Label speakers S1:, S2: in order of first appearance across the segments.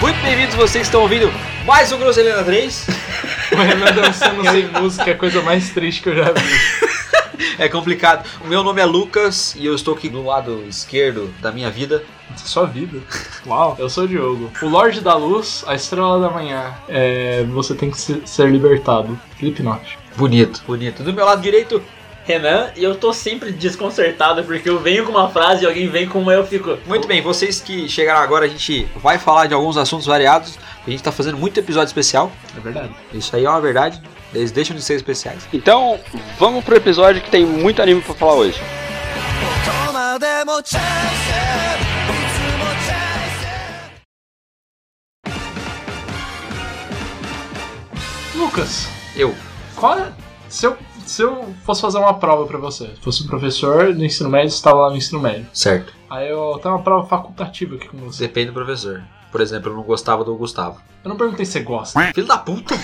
S1: Muito bem-vindos, vocês que estão ouvindo mais um Groselina 3.
S2: O Renan dançando sem música é a coisa mais triste que eu já vi.
S1: É complicado. O meu nome é Lucas e eu estou aqui do lado esquerdo da minha vida.
S2: Só vida. Uau. Eu sou o Diogo. O Lorde da Luz, a Estrela da Manhã. É, você tem que se- ser libertado. Slipknot.
S1: Bonito, bonito. Do meu lado direito,
S3: Renan, e eu tô sempre desconcertado porque eu venho com uma frase e alguém vem com uma eu fico.
S1: muito bem, vocês que chegaram agora, a gente vai falar de alguns assuntos variados. A gente tá fazendo muito episódio especial.
S2: É verdade.
S1: Isso aí é uma verdade. Eles deixam de ser especiais.
S4: Então, vamos pro episódio que tem muito anime pra falar hoje.
S2: Lucas,
S1: Eu.
S2: qual é. Se eu, se eu fosse fazer uma prova pra você, fosse um professor do ensino médio, você estava lá no ensino médio.
S1: Certo.
S2: Aí eu tenho uma prova facultativa aqui com você.
S1: Depende do professor. Por exemplo, eu não gostava do Gustavo.
S2: Eu não perguntei se você gosta.
S1: Filho da puta!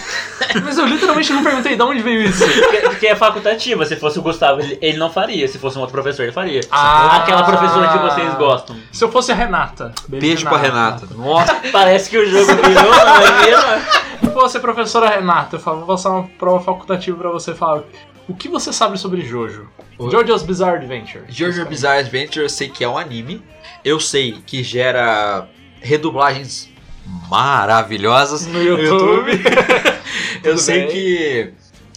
S2: Mas eu literalmente não perguntei de onde veio isso.
S3: Porque- Porque é facultativa. Se fosse o Gustavo, ele, ele não faria. Se fosse um outro professor, ele faria.
S2: Ah.
S3: Aquela professora que vocês gostam.
S2: Se eu fosse a Renata.
S1: Beijo pra Renata. Nossa,
S3: Parece que o jogo virou, não é mesmo?
S2: Se eu fosse a professora Renata, eu falava, vou passar uma prova facultativa pra você falar. O que você sabe sobre Jojo?
S1: Oi.
S2: Jojo's Bizarre Adventure.
S1: Jojo Bizarre Adventure eu sei que é um anime. Eu sei que gera redublagens maravilhosas
S2: No YouTube.
S1: eu
S2: Tudo
S1: sei
S2: bem.
S1: que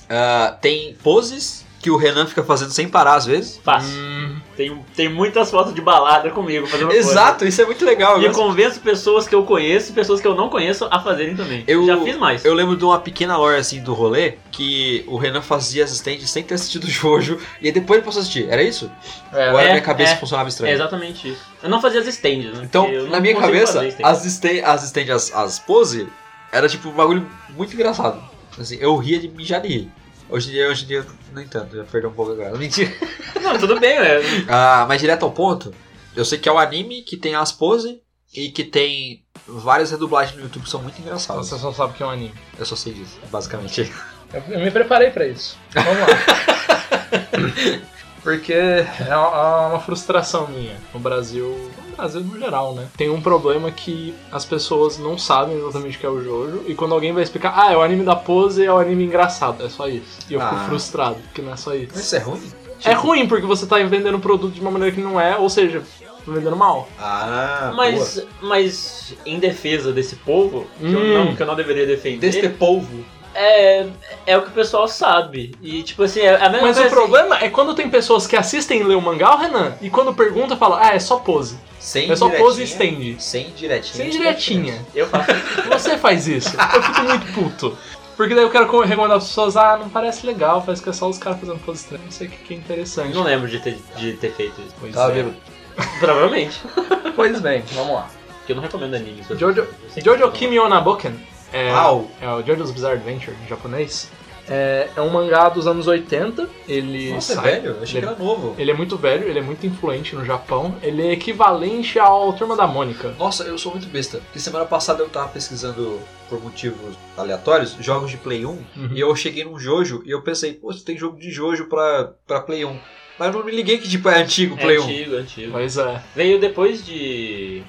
S1: ah, tem poses que o Renan fica fazendo sem parar às vezes.
S3: Fácil.
S2: Hum,
S3: Tem, tem muitas fotos de balada comigo fazendo coisa.
S1: Exato, isso é muito legal. Eu,
S3: E eu
S1: gosto.
S3: convenço pessoas que eu conheço e pessoas que eu não conheço a fazerem também.
S1: Eu-
S3: já fiz mais.
S1: Eu lembro de uma pequena lore assim do rolê que o Renan fazia assistente sem ter assistido o Jojo e aí depois ele passou a assistir. Era isso?
S2: é,
S1: Ou era
S3: É,
S1: minha cabeça
S3: é.
S1: funcionava
S3: É
S1: estranho?
S3: exatamente isso. Eu não fazia as stands, né?
S1: Então,
S3: Porque eu não
S1: na minha
S3: consigo
S1: cabeça,
S3: fazer stand.
S1: as stand- as stand- as, as pose era tipo um bagulho muito engraçado. Assim, eu ria de mijar de rir. Hoje em dia, hoje em dia, no entanto, já perdeu um pouco agora. Mentira.
S3: Não, tudo bem, é.
S1: Ah, mas direto ao ponto, eu sei que é o anime que tem as pose e que tem várias redublagens no YouTube que são muito engraçadas.
S2: Você só sabe que é um anime.
S1: Eu só sei disso, basicamente.
S2: Eu, eu me preparei pra isso. Vamos lá. Porque é uma é uma frustração minha. No Brasil, no Brasil no geral, né? Tem um problema que as pessoas não sabem exatamente o que é o Jojo. E quando alguém vai explicar, ah, é o anime da pose, é o anime engraçado. É só isso. E eu
S1: Ah.
S2: fico frustrado, porque não é só isso.
S1: Mas isso é ruim?
S2: É ruim porque você tá vendendo um produto de uma maneira que não é, ou seja, tá vendendo mal.
S1: Ah, boa.
S3: Mas, mas em defesa desse povo, que, eu
S2: Hum.
S3: não, que eu não deveria defender,
S1: Deste polvo.
S3: é, é o que o pessoal sabe. E tipo assim, é a mesma
S2: Mas
S3: coisa
S2: o
S3: assim,
S2: problema é quando tem pessoas que assistem e lê o mangá, Renan, e quando pergunta, fala, ah, é só pose.
S1: Sem
S2: É só pose e
S1: diretinha.
S2: stand.
S1: Sem diretinha.
S2: Sem diretinha.
S3: Eu faço.
S2: Você faz isso. Eu fico muito puto. Porque daí eu quero co- recomendar as pessoas, ah, não parece legal, parece que é só os caras fazendo pose estranha, não sei o que que é interessante.
S3: não lembro de ter, de ter feito isso.
S2: Pois,
S1: Tá,
S2: é.
S1: viu?
S3: Provavelmente.
S2: pois bem, vamos lá.
S3: Porque eu não recomendo anime. sobre-
S2: Jojo,
S3: eu sei que-
S2: Jojo Kimi Onaboken é,
S1: Au.
S2: é o Jojo's Bizarre Adventure em japonês. É, é um mangá dos anos 80. Ele
S1: Nossa, é
S2: sai-
S1: velho? Eu achei que
S2: ele-
S1: era novo.
S2: Ele é muito velho, ele é muito influente no Japão. Ele é equivalente ao Turma da Mônica.
S1: Nossa, eu sou muito besta. Porque semana passada eu tava pesquisando, por motivos aleatórios, jogos de Play 1.
S3: Uhum.
S2: Uhum.
S1: E eu cheguei num Jojo e eu pensei, pô, tem jogo de Jojo pra, pra Play 1. Mas eu não me liguei que tipo é antigo
S3: É
S1: Play 1.
S3: antigo, antigo.
S2: Pois é,
S3: Veio depois de.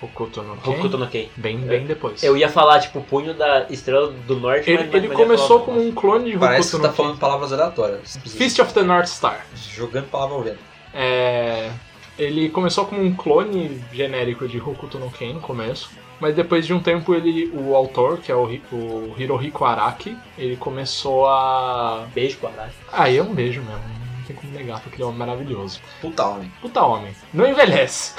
S2: Hokuto no Ken.
S3: Hokuto no Ken.
S2: Bem, bem depois.
S3: Eu ia falar, tipo, punho da Estrela do Norte,
S2: Ele,
S3: mas,
S2: ele
S3: mas
S2: começou
S3: com
S2: como um clone de
S1: Parece que
S2: Hokuto
S1: tá
S2: no
S1: falando
S2: Ken.
S1: palavras aleatórias.
S2: Fist of the North Star.
S1: Jogando palavra ao vento.
S2: É, ele começou como um clone genérico de Hokuto no Ken no começo, mas depois de um tempo ele, o autor, que é o, Hi- o Hirohiko Araki, ele começou a...
S3: Beijo, caralho.
S2: Aí é um beijo mesmo, não tem como negar, porque ele é um homem maravilhoso.
S1: Puta homem.
S2: Puta homem, não envelhece.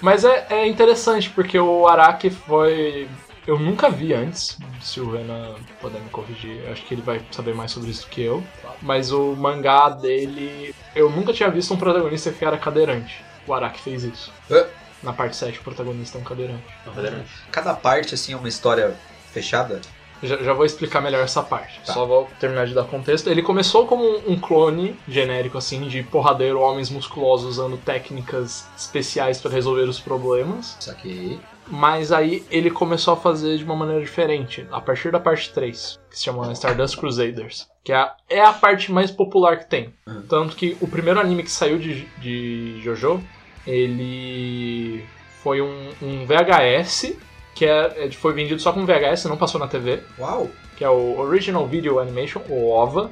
S2: mas é, é interessante, porque o Araki foi... Eu nunca vi antes, se o Renan puder me corrigir, eu acho que ele vai saber mais sobre isso do que eu. Mas o mangá dele. Eu nunca tinha visto um protagonista que era cadeirante. O Araki fez isso.
S1: Hã?
S2: Na parte 7, o protagonista é um cadeirante.
S3: Não, fizeram.
S1: Cada parte assim é uma história fechada.
S2: Já, já vou explicar melhor essa parte.
S1: Tá.
S2: Só vou terminar de dar contexto. Ele começou como um- um clone genérico, assim, de porradeiro, homens musculosos usando técnicas especiais pra resolver os problemas.
S1: Só que.
S2: Mas aí ele começou a fazer de uma maneira diferente, a partir da parte 3, que se chama Stardust Crusaders, que é a, é a parte mais popular que tem.
S1: Hum.
S2: Tanto que o primeiro anime que saiu de, de Jojo, ele foi um, um VHS que é, é de- foi vendido só com VHS, não passou na TV,
S1: Uau!
S2: que é o Original Video Animation, ou OVA.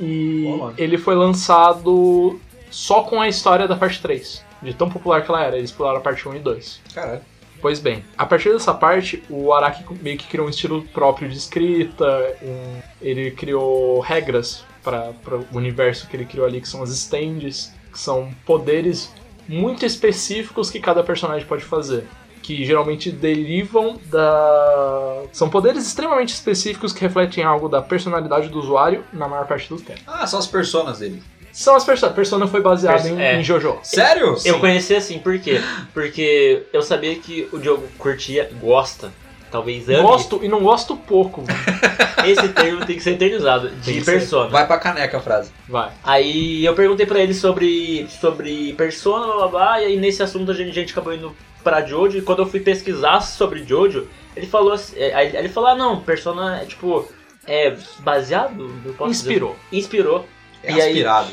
S2: e
S1: Bom nome.
S2: ele foi lançado só com a história da parte 3, de tão popular que ela era. Eles pularam a parte 1 e 2.
S1: Caralho.
S2: Pois bem, a partir dessa parte, o Araki meio que criou um estilo próprio de escrita, um- ele criou regras para o universo que ele criou ali, que são as stands, que são poderes muito específicos que cada personagem pode fazer. Que geralmente derivam da. São poderes extremamente específicos que refletem algo da personalidade do usuário na maior parte do tempo.
S1: Ah, são as personas dele.
S2: São as personas. Persona foi baseada
S3: Perso-
S2: em,
S3: é.
S2: em JoJo.
S1: Sério?
S3: Eu conheci assim, por quê? Porque eu sabia que o Diogo curtia, gosta, talvez ame.
S2: Gosto e não gosto pouco.
S3: Esse termo tem que ser eternizado,
S2: Tem
S3: de
S2: que ser.
S3: persona.
S1: Vai pra caneca a frase.
S2: Vai.
S3: Aí eu perguntei pra ele sobre, sobre persona, blá blá blá, e aí nesse assunto a gente, a gente acabou indo pra Jojo, e quando eu fui pesquisar sobre Jojo, ele falou assim, é, aí ele falou, ah não, persona é tipo, é baseado, eu posso dizer. assim,
S2: Inspirou.
S3: Inspirou.
S1: É
S3: E aí?
S1: aspirado.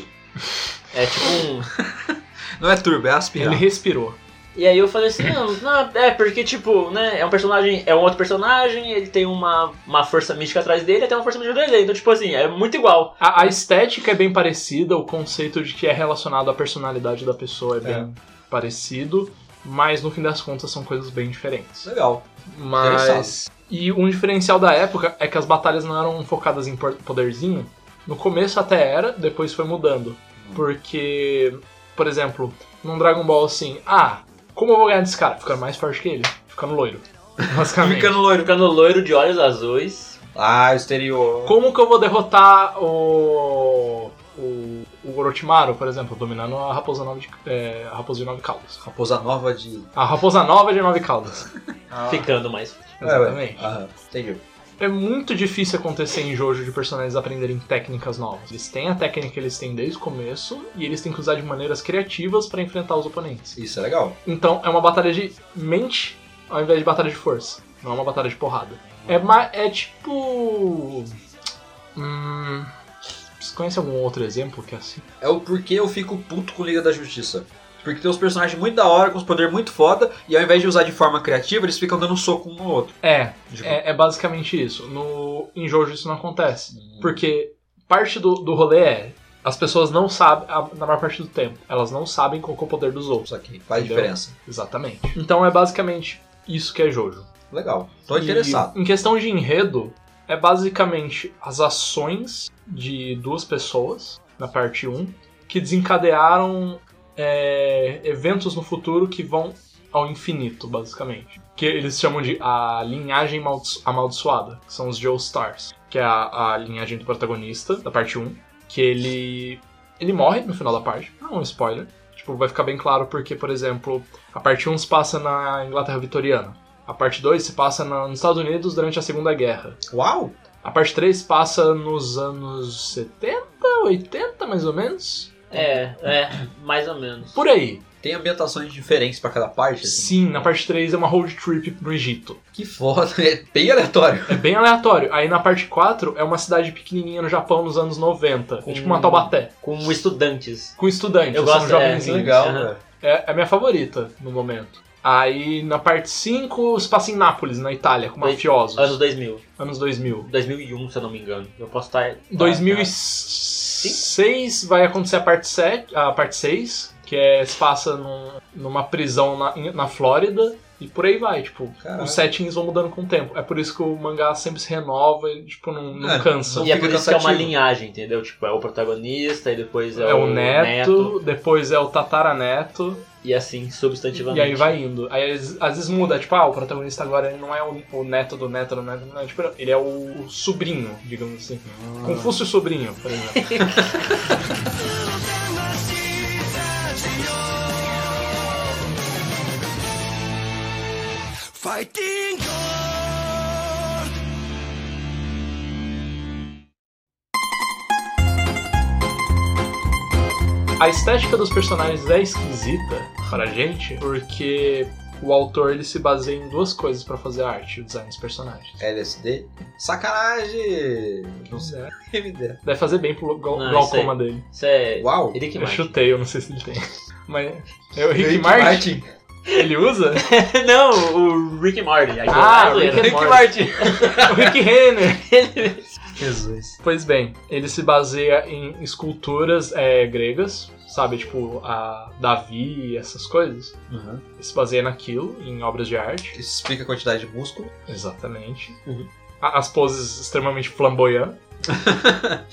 S3: É tipo um...
S1: Não é turbo, é
S2: Ele
S1: aspirado.
S2: respirou.
S3: E aí eu falei assim, não, não, é porque, tipo, né, é um personagem, é um outro personagem, ele tem uma, uma força mística atrás dele, até uma força mística atrás dele, então, tipo assim, é muito igual.
S2: A, a estética é bem parecida, o conceito de que é relacionado à personalidade da pessoa é bem parecido, mas no fim das contas são coisas bem diferentes.
S1: Legal.
S2: Mas. E um diferencial da época é que as batalhas não eram focadas em por- poderzinho. No começo até era, depois foi mudando. Porque, por exemplo, num Dragon Ball assim, ah, como eu vou ganhar desse cara? Ficando mais forte que ele, ficando loiro. Basicamente.
S1: Ficando loiro.
S3: Ficando loiro de olhos azuis,
S1: Ah, o exterior.
S2: Como que eu vou derrotar o. o, o Orochimaru, por exemplo, dominando a raposa nova de, é, a raposa de nove caudas.
S1: Raposa nova de.
S2: A raposa nova de nove caudas. Ah.
S3: ficando mais...
S1: É,
S2: Exatamente.
S1: Aham, entendi.
S2: É muito difícil acontecer em Jojo de personagens aprenderem técnicas novas. Eles têm a técnica que eles têm desde o começo e eles têm que usar de maneiras criativas para enfrentar os oponentes.
S1: Isso é legal.
S2: Então é uma batalha de mente ao invés de batalha de força. Não é uma batalha de porrada. É, ma- é tipo. Hum. Você conhece algum outro exemplo que é assim?
S1: É o porquê eu fico puto com Liga da Justiça. Porque tem uns personagens muito da hora, com uns poderes muito foda, e ao invés de usar de forma criativa, eles ficam dando um soco um no outro.
S2: É,
S1: Tipo,
S2: é, é basicamente isso. No, em Jojo isso não acontece. Porque parte do, do rolê é. As pessoas não sabem, a- na maior parte do tempo, elas não sabem qual que é o poder dos outros.
S1: Isso aqui faz
S2: Entendeu?
S1: diferença.
S2: Exatamente. Então é basicamente isso que é Jojo.
S1: Legal. Tô
S2: E
S1: interessado.
S2: em questão de enredo, é basicamente as ações de duas pessoas, na parte 1, que desencadearam é, eventos no futuro que vão ao infinito, basicamente. Que eles chamam de a linhagem maldiço- amaldiçoada, que são os Joestars, que é a, a linhagem do protagonista, da parte 1, que ele. ele morre no final da parte. Não é um spoiler. Tipo, vai ficar bem claro porque, por exemplo, a parte 1 se passa na Inglaterra vitoriana. A parte 2 se passa na- nos Estados Unidos durante a Segunda Guerra.
S1: Uau!
S2: A parte 3 passa nos anos 70, 80 mais ou menos?
S3: É, é, mais ou menos.
S2: Por aí.
S1: Tem ambientações diferentes pra cada parte. assim.
S2: Sim, na parte 3 é uma road trip pro Egito.
S1: Que foda, é bem aleatório.
S2: É bem aleatório. Aí na parte 4 é uma cidade pequenininha no Japão nos anos 90. É tipo uma
S3: Hum.
S2: Taubaté.
S3: Como estudantes.
S2: Com estudantes,
S3: Eu
S2: são
S3: gosto, é,
S1: Que
S2: jovenzinhos.
S1: legal,
S3: aham.
S1: velho.
S2: É, é a minha favorita no momento. Aí na parte 5 se passa em Nápoles, na Itália, com
S3: Dois-
S2: mafiosos.
S3: Anos 2000.
S2: anos 2000.
S3: 2001, se eu não me engano. Eu posso tá, estar...
S2: tá. 2006 vai acontecer a parte, 7, a parte 6, que é, se passa num- numa prisão na, em- na Flórida, e por aí vai, tipo,
S1: Caralho.
S2: os settings vão mudando com o tempo. É por isso que o mangá sempre se renova e, tipo, não, não
S1: É,
S2: cansa.
S1: não
S3: E é
S1: fica
S3: por isso que é uma
S1: cansativo.
S3: linhagem, entendeu? Tipo, é o protagonista, e depois é,
S2: É o neto, depois é o tataraneto,
S3: e assim,
S2: e
S3: substantivamente.
S2: aí vai indo. Aí às, às vezes muda, tipo, ah, o protagonista agora ele não é o, o neto do neto do neto, do neto, tipo, ele é o, o sobrinho, digamos assim.
S1: Ah.
S2: Confúcio e sobrinho, por exemplo.
S5: Fighting
S2: A estética dos personagens é esquisita pra gente, porque o autor ele se baseia em duas coisas pra fazer a arte e o design dos personagens.
S1: LSD? Sacanagem! Não sei
S2: É.
S1: que me der.
S2: Deve fazer bem pro glau-
S3: Não,
S2: glaucoma dele.
S3: Isso é...
S1: Uau!
S3: Ele que
S2: eu
S3: mais.
S2: chutei, eu não sei se ele tem. Mas é o Rick,
S1: Rick
S2: Martin.
S1: Martin.
S2: Ele usa?
S3: Não, o Rick Marty. Aí
S2: Ah,
S3: eu-
S2: Rick and
S1: Rick
S2: Morty. o Rick Renner.
S1: Jesus.
S2: Pois bem, ele se baseia em esculturas é, gregas, sabe? Tipo, a Davi e essas coisas. Ele se baseia naquilo, em obras de arte.
S1: Isso explica a quantidade de músculo.
S2: Exatamente.
S1: Uhum.
S2: A- As poses extremamente flamboyantes.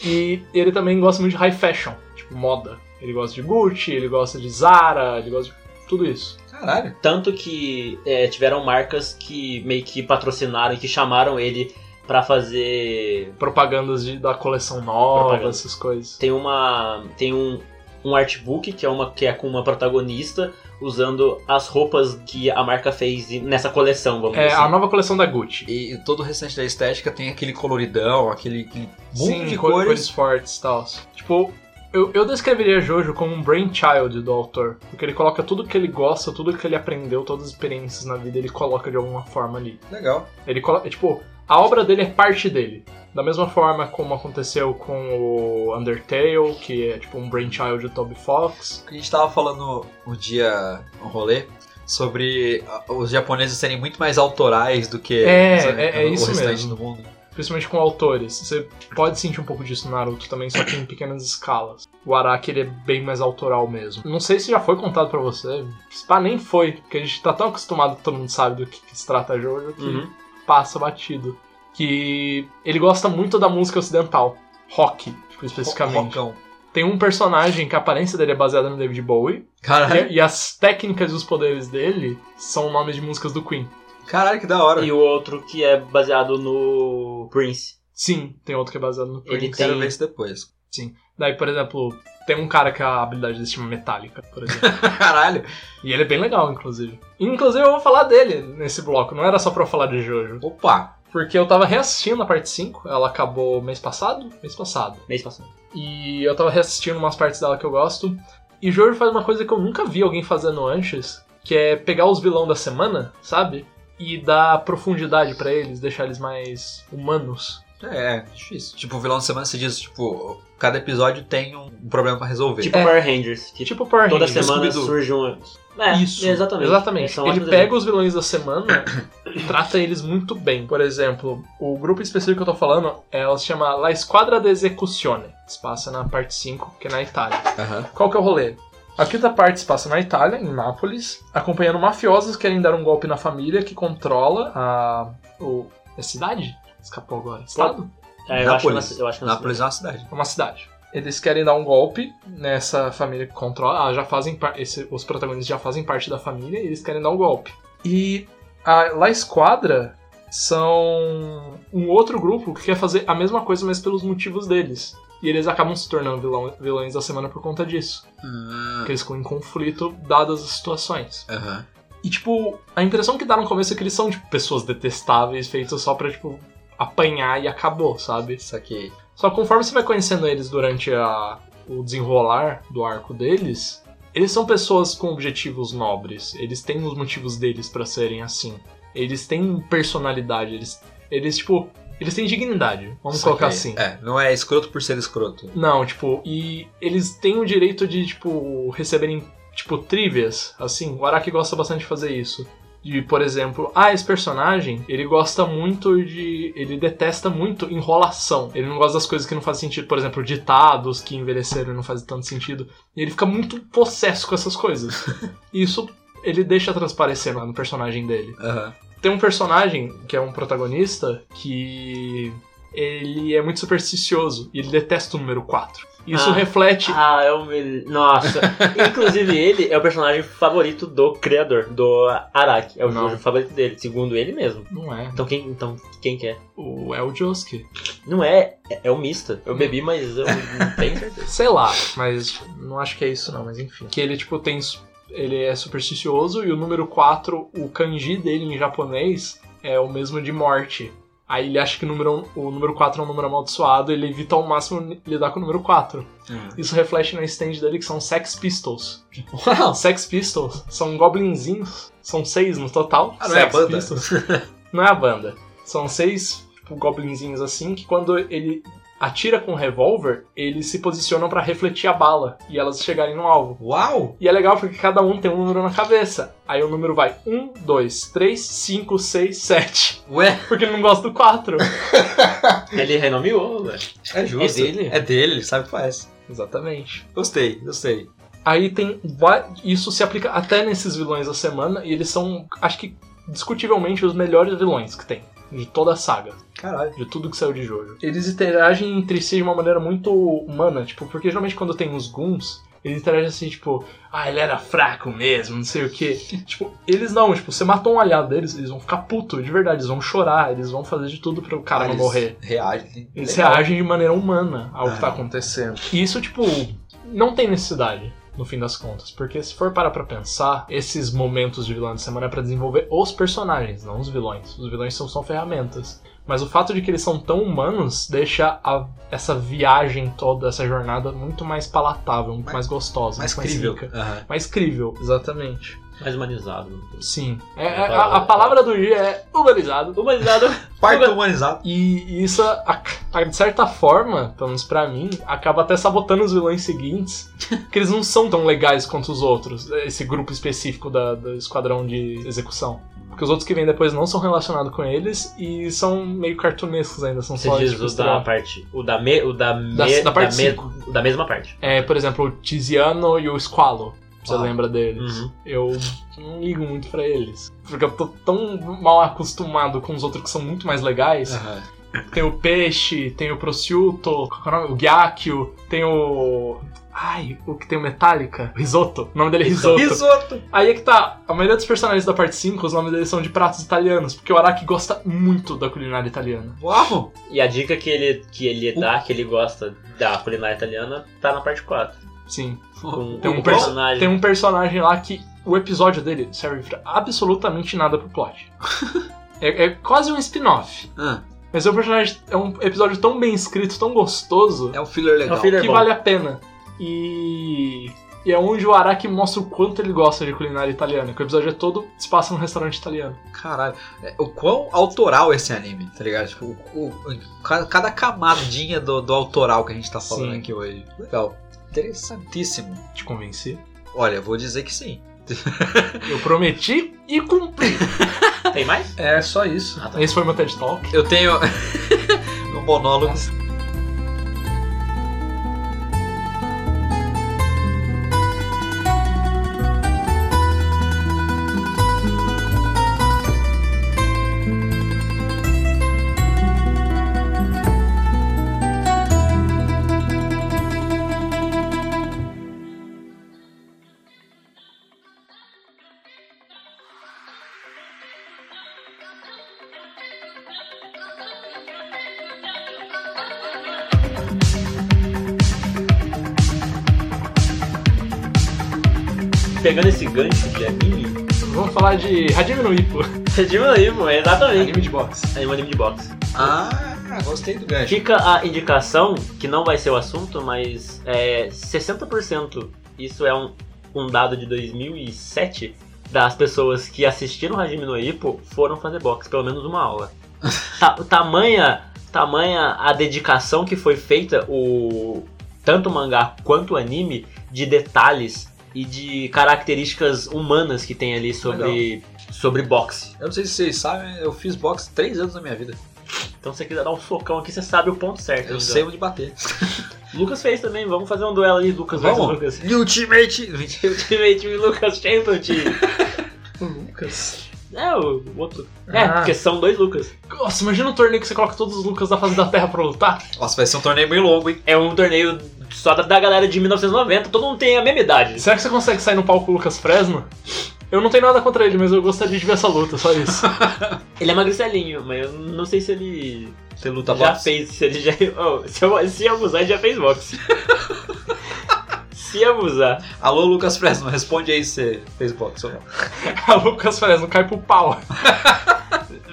S2: e ele também gosta muito de high fashion, tipo moda. Ele gosta de Gucci, ele gosta de Zara, ele gosta de tudo isso.
S1: Caralho.
S3: Tanto que é, tiveram marcas que meio que patrocinaram e que chamaram ele pra fazer.
S2: Propagandas de- da coleção nova,
S3: Propaganda.
S2: essas coisas.
S3: Tem uma. Tem um, um artbook que é, uma, que é com uma protagonista usando as roupas que a marca fez nessa coleção, vamos
S2: É
S3: dizer. assim.
S2: a nova coleção da Gucci.
S1: E todo o restante da estética tem aquele coloridão, aquele, aquele mundo
S2: Sim,
S1: de
S2: co-
S1: cores.
S2: fortes e tal. Tipo, eu, eu descreveria Jojo como um brainchild do autor. Porque ele coloca tudo que ele gosta, tudo que ele aprendeu, todas as experiências na vida, ele coloca de alguma forma ali.
S1: Legal.
S2: Ele coloca, tipo, a obra dele é parte dele. Da mesma forma como aconteceu com o Undertale, que é tipo um brainchild do Toby Fox.
S1: A gente tava falando um dia, um rolê, sobre ah, os japoneses serem muito mais autorais do que
S2: É,
S1: sabe,
S2: é- é
S1: o
S2: isso
S1: restante
S2: mesmo.
S1: do mundo.
S2: Principalmente com autores. Você pode sentir um pouco disso no Naruto também, só que em pequenas escalas. O Araki, ele é bem mais autoral mesmo. Não sei se já foi contado pra você. Se pá, nem foi. Porque a gente tá tão acostumado que todo mundo sabe do que, que se trata Jojo que
S3: Uhum.
S2: passa batido. Que ele gosta muito da música ocidental. Rock, tipo, especificamente.
S1: Rocão.
S2: Tem um personagem que a aparência dele é baseada no David Bowie.
S1: Caralho,
S2: E, e as técnicas e os poderes dele são nomes de músicas do Queen.
S1: caralho, que da hora.
S3: E o outro que é baseado no Prince.
S2: Sim, tem outro que é baseado no Queen.
S3: Ele
S1: Quero
S3: tem-
S1: ver isso depois.
S2: Daí, por exemplo, tem um cara que a habilidade dele se chama Metallica, por exemplo.
S1: Caralho.
S2: e ele é bem legal, inclusive. Inclusive, eu vou falar dele nesse bloco. Não era só pra eu falar de Jojo.
S1: Opa.
S2: Porque eu tava reassistindo a parte 5. Ela acabou mês passado? Mês passado.
S3: Mês passado.
S2: E eu tava reassistindo umas partes dela que eu gosto. E Jojo faz uma coisa que eu nunca vi alguém fazendo antes, que é pegar os vilão da semana, sabe? E dar profundidade pra eles, deixar eles mais humanos.
S1: É, é difícil. Tipo, o vilão de semana se diz, tipo, cada episódio tem um problema pra resolver.
S3: Tipo
S2: É.
S3: Power Rangers, que
S2: Tipo Power
S3: toda
S2: Rangers.
S3: semana
S1: Scooby-Doo.
S3: surge um. É,
S2: Isso.
S3: exatamente. é um
S2: Exatamente.
S3: São
S2: Ele
S3: ótimos
S2: pega os vilões da semana e trata eles muito bem. Por exemplo, o grupo específico que eu tô falando, ela se chama La Esquadra de Execuzione. Se passa na parte 5, que é na Itália.
S1: Aham.
S2: Qual que é o rolê? A quinta parte se passa na Itália, em Nápoles, acompanhando mafiosos que querem dar um golpe na família que controla a. O, é cidade? Escapou agora. Estado?
S3: É, eu, acho que
S1: Nápoles.
S3: nas- eu acho que nas-
S1: Nápoles é uma cidade.
S2: É uma cidade. Eles querem dar um golpe nessa família que controla. Ah, já fazem par- esse- os protagonistas já fazem parte da família e eles querem dar um golpe. E a La Esquadra são um outro grupo que quer fazer a mesma coisa, mas pelos motivos deles. E eles acabam se tornando vilão- vilões da semana por conta disso.
S1: Aham.
S2: Porque eles ficam em conflito dadas as situações. E, tipo, a impressão que dá no começo é que eles são, tipo, pessoas detestáveis, feitas só pra, tipo, apanhar e acabou, sabe?
S1: Isso aqui.
S2: Só que conforme você vai conhecendo eles durante a- o desenrolar do arco deles, eles são pessoas com objetivos nobres. Eles têm os motivos deles pra serem assim. Eles têm personalidade. Eles, eles tipo, eles têm dignidade. Vamos
S1: Isso
S2: colocar
S1: aqui.
S2: assim.
S1: É, não é escroto por ser escroto.
S2: Não, tipo, e eles têm o direito de, tipo, receberem, tipo, trivias, assim. O Araki gosta bastante de fazer isso. De, por exemplo, ah, esse personagem, ele gosta muito de. Ele detesta muito enrolação. Ele não gosta das coisas que não fazem sentido. Por exemplo, ditados que envelheceram e não fazem tanto sentido. E ele fica muito possesso com essas coisas. E isso ele deixa transparecer lá no personagem dele.
S1: Aham.
S2: Tem um personagem que é um protagonista que ele é muito supersticioso e ele detesta o número 4. Isso
S3: Ah.
S2: reflete.
S3: Ah, é o melhor. Nossa. Inclusive, ele é o personagem favorito do criador, do Araki. É o
S2: Não.
S3: Jojo favorito dele, segundo ele mesmo.
S2: Não é.
S3: Então quem, então, quem que é?
S2: O, é o Josuke.
S3: Não é, é, é o Mista. Eu bebi, mas eu não tenho certeza.
S2: Sei lá, mas não acho que é isso não, mas enfim. Que ele, tipo, tem. su- Ele é supersticioso e o número 4, o kanji dele em japonês, é o mesmo de morte. Aí ele acha que o número, o número 4 é um número amaldiçoado, ele evita ao máximo lidar com o número 4.
S1: É.
S2: Isso reflete na stand dele que são Sex Pistols. Não, Sex Pistols são goblinzinhos. São seis no total.
S1: Ah, não é
S2: Sex
S1: a banda?
S2: Pistols. não é a banda. São seis tipo, goblinzinhos assim que quando ele atira com um revólver, eles se posicionam pra refletir a bala e elas chegarem no alvo.
S1: Uau!
S2: E é legal porque cada um tem um número na cabeça. Aí o número vai 1, 2, 3, 5, 6, 7.
S1: Ué,
S2: Porque ele não gosta do 4.
S3: Ele né? renomeou, velho.
S1: é justo.
S2: É dele?
S1: É dele, ele sabe o que faz.
S2: Exatamente.
S1: Gostei, gostei.
S2: Aí tem. va- Isso se aplica até nesses vilões da semana. E eles são, acho que, discutivelmente, os melhores vilões que tem. De toda a saga.
S1: Caralho.
S2: de tudo que saiu de Jojo. Eles interagem entre si de uma maneira muito humana, tipo, porque geralmente quando tem os Guns, eles interagem assim, tipo, ah, ele era fraco mesmo, não sei o que. tipo, eles não, tipo, você matou um aliado deles, eles vão ficar puto, de verdade, eles vão chorar, eles vão fazer de tudo para o cara não
S1: Eles
S2: morrer.
S1: Reage.
S2: Eles
S1: Legal.
S2: reagem de maneira humana ao
S1: Ah.
S2: que tá acontecendo. E isso, tipo, não tem necessidade. No fim das contas, porque se for parar pra pensar, esses momentos de vilão de semana é pra desenvolver os personagens, não os vilões. Os vilões são só ferramentas. Mas o fato de que eles são tão humanos deixa a- essa viagem toda, essa jornada, muito mais palatável, muito
S1: Mais-
S2: mais gostosa,
S1: Mais
S2: muito mais
S1: crível.
S2: rica.
S1: Aham.
S2: Mais crível, exatamente.
S3: Mais humanizado.
S2: Sim. É- é- a, a palavra do dia é humanizado.
S3: Humanizado.
S1: Parto humanizado.
S2: E e isso, a- a- de certa forma, pelo menos pra mim, acaba até sabotando os vilões seguintes, que eles não são tão legais quanto os outros, esse grupo específico da, do esquadrão de execução. Porque os outros que vêm depois não são relacionados com eles e são meio cartunescos ainda, são só
S3: Você diz
S2: tipo,
S3: o da
S2: estrela.
S3: parte. O da me, o da me,
S2: Da- da parte
S3: me-
S2: cinco.
S3: da mesma parte.
S2: É, por exemplo, o Tiziano e o Squalo. Você
S1: Ah.
S2: lembra deles?
S3: Uhum.
S2: Eu não ligo muito pra eles. Porque eu tô tão mal acostumado com os outros que são muito mais legais.
S1: Aham.
S2: Tem o peixe, tem o prosciutto, qual que é o nome? o gyakio, tem o... Ai, o que tem o Metallica? Risoto. O nome dele é Risoto.
S1: Risoto.
S2: Aí é que tá. A maioria dos personagens da parte 5, os nomes deles são de pratos italianos. Porque o Araki gosta muito da culinária italiana.
S1: Uau!
S3: E a dica que ele, que ele dá, que ele gosta da culinária italiana, tá na parte 4.
S2: Sim.
S3: Com,
S2: Tem
S3: com
S2: um perso-
S3: o personagem.
S2: Tem um personagem lá que o episódio dele serve pra absolutamente nada pro plot. é, é quase um spin-off.
S1: Ah,
S2: Mas é um personagem. É um episódio tão bem escrito, tão gostoso.
S1: é um filler
S3: É
S1: legal.
S3: um filler
S2: que
S3: bom.
S2: vale a pena. E. E é onde o Araki mostra o quanto ele gosta de culinária italiana. Que o episódio é todo se passa num restaurante italiano.
S1: Caralho, é, o quão autoral esse anime, tá ligado? Tipo, o- o- ca- cada camadinha do, do autoral que a gente tá falando
S2: Sim.
S1: aqui hoje. Legal. Interessantíssimo.
S2: Te convenci?
S1: Olha, vou dizer que sim.
S2: Eu prometi e cumpri.
S3: Tem mais?
S2: É só isso. Esse foi meu TED Talk.
S1: Eu tenho um monólogo.
S3: Pegando esse gancho de anime.
S2: Vamos falar de Hajime no Ippo.
S3: Diminuiu, pô, exatamente.
S2: Anime de boxe.
S3: É um anime de boxe.
S1: Ah, gostei do gancho.
S3: Fica a indicação, que não vai ser o assunto, mas é 60%, isso é um, um dado de 2007, das pessoas que assistiram Hajime no Ippo foram fazer boxe, pelo menos uma aula. Ta- tamanha, tamanha a dedicação que foi feita, o tanto o mangá quanto o anime, de detalhes e de características humanas que tem ali sobre, sobre boxe.
S1: Eu não sei se vocês sabem, eu fiz boxe três anos na minha vida.
S3: Então se você quiser dar um socão aqui, você sabe o ponto certo.
S1: Eu
S3: ainda.
S1: sei onde bater.
S3: Lucas fez também, vamos fazer um assim. duelo aí, Lucas versus
S1: Vamos?
S3: Lucas.
S1: Ultimate! Mentira.
S3: Ultimate Team Lucas Champion.
S2: O Lucas.
S3: É, o o outro. É,
S2: Ah.
S3: porque são dois Lucas.
S2: Nossa, imagina um torneio que você coloca todos os Lucas da fase da Terra pra lutar.
S1: Nossa, vai ser um torneio meio longo, hein?
S3: É um torneio só da, da galera de 1990, todo mundo tem a mesma idade.
S2: Será que você consegue sair no palco com o Lucas Fresno? Eu não tenho nada contra ele, mas eu gostaria de ver essa luta, só isso.
S3: Ele é magricelinho, mas eu não sei se ele
S1: Você luta
S3: já
S1: Tá boxe.
S3: fez, se ele já. Oh, se, eu- se abusar, ele já fez boxe. se abusar.
S1: Alô, Lucas Fresno, responde aí se você fez boxe ou não.
S2: A Lucas Fresno cai pro pau.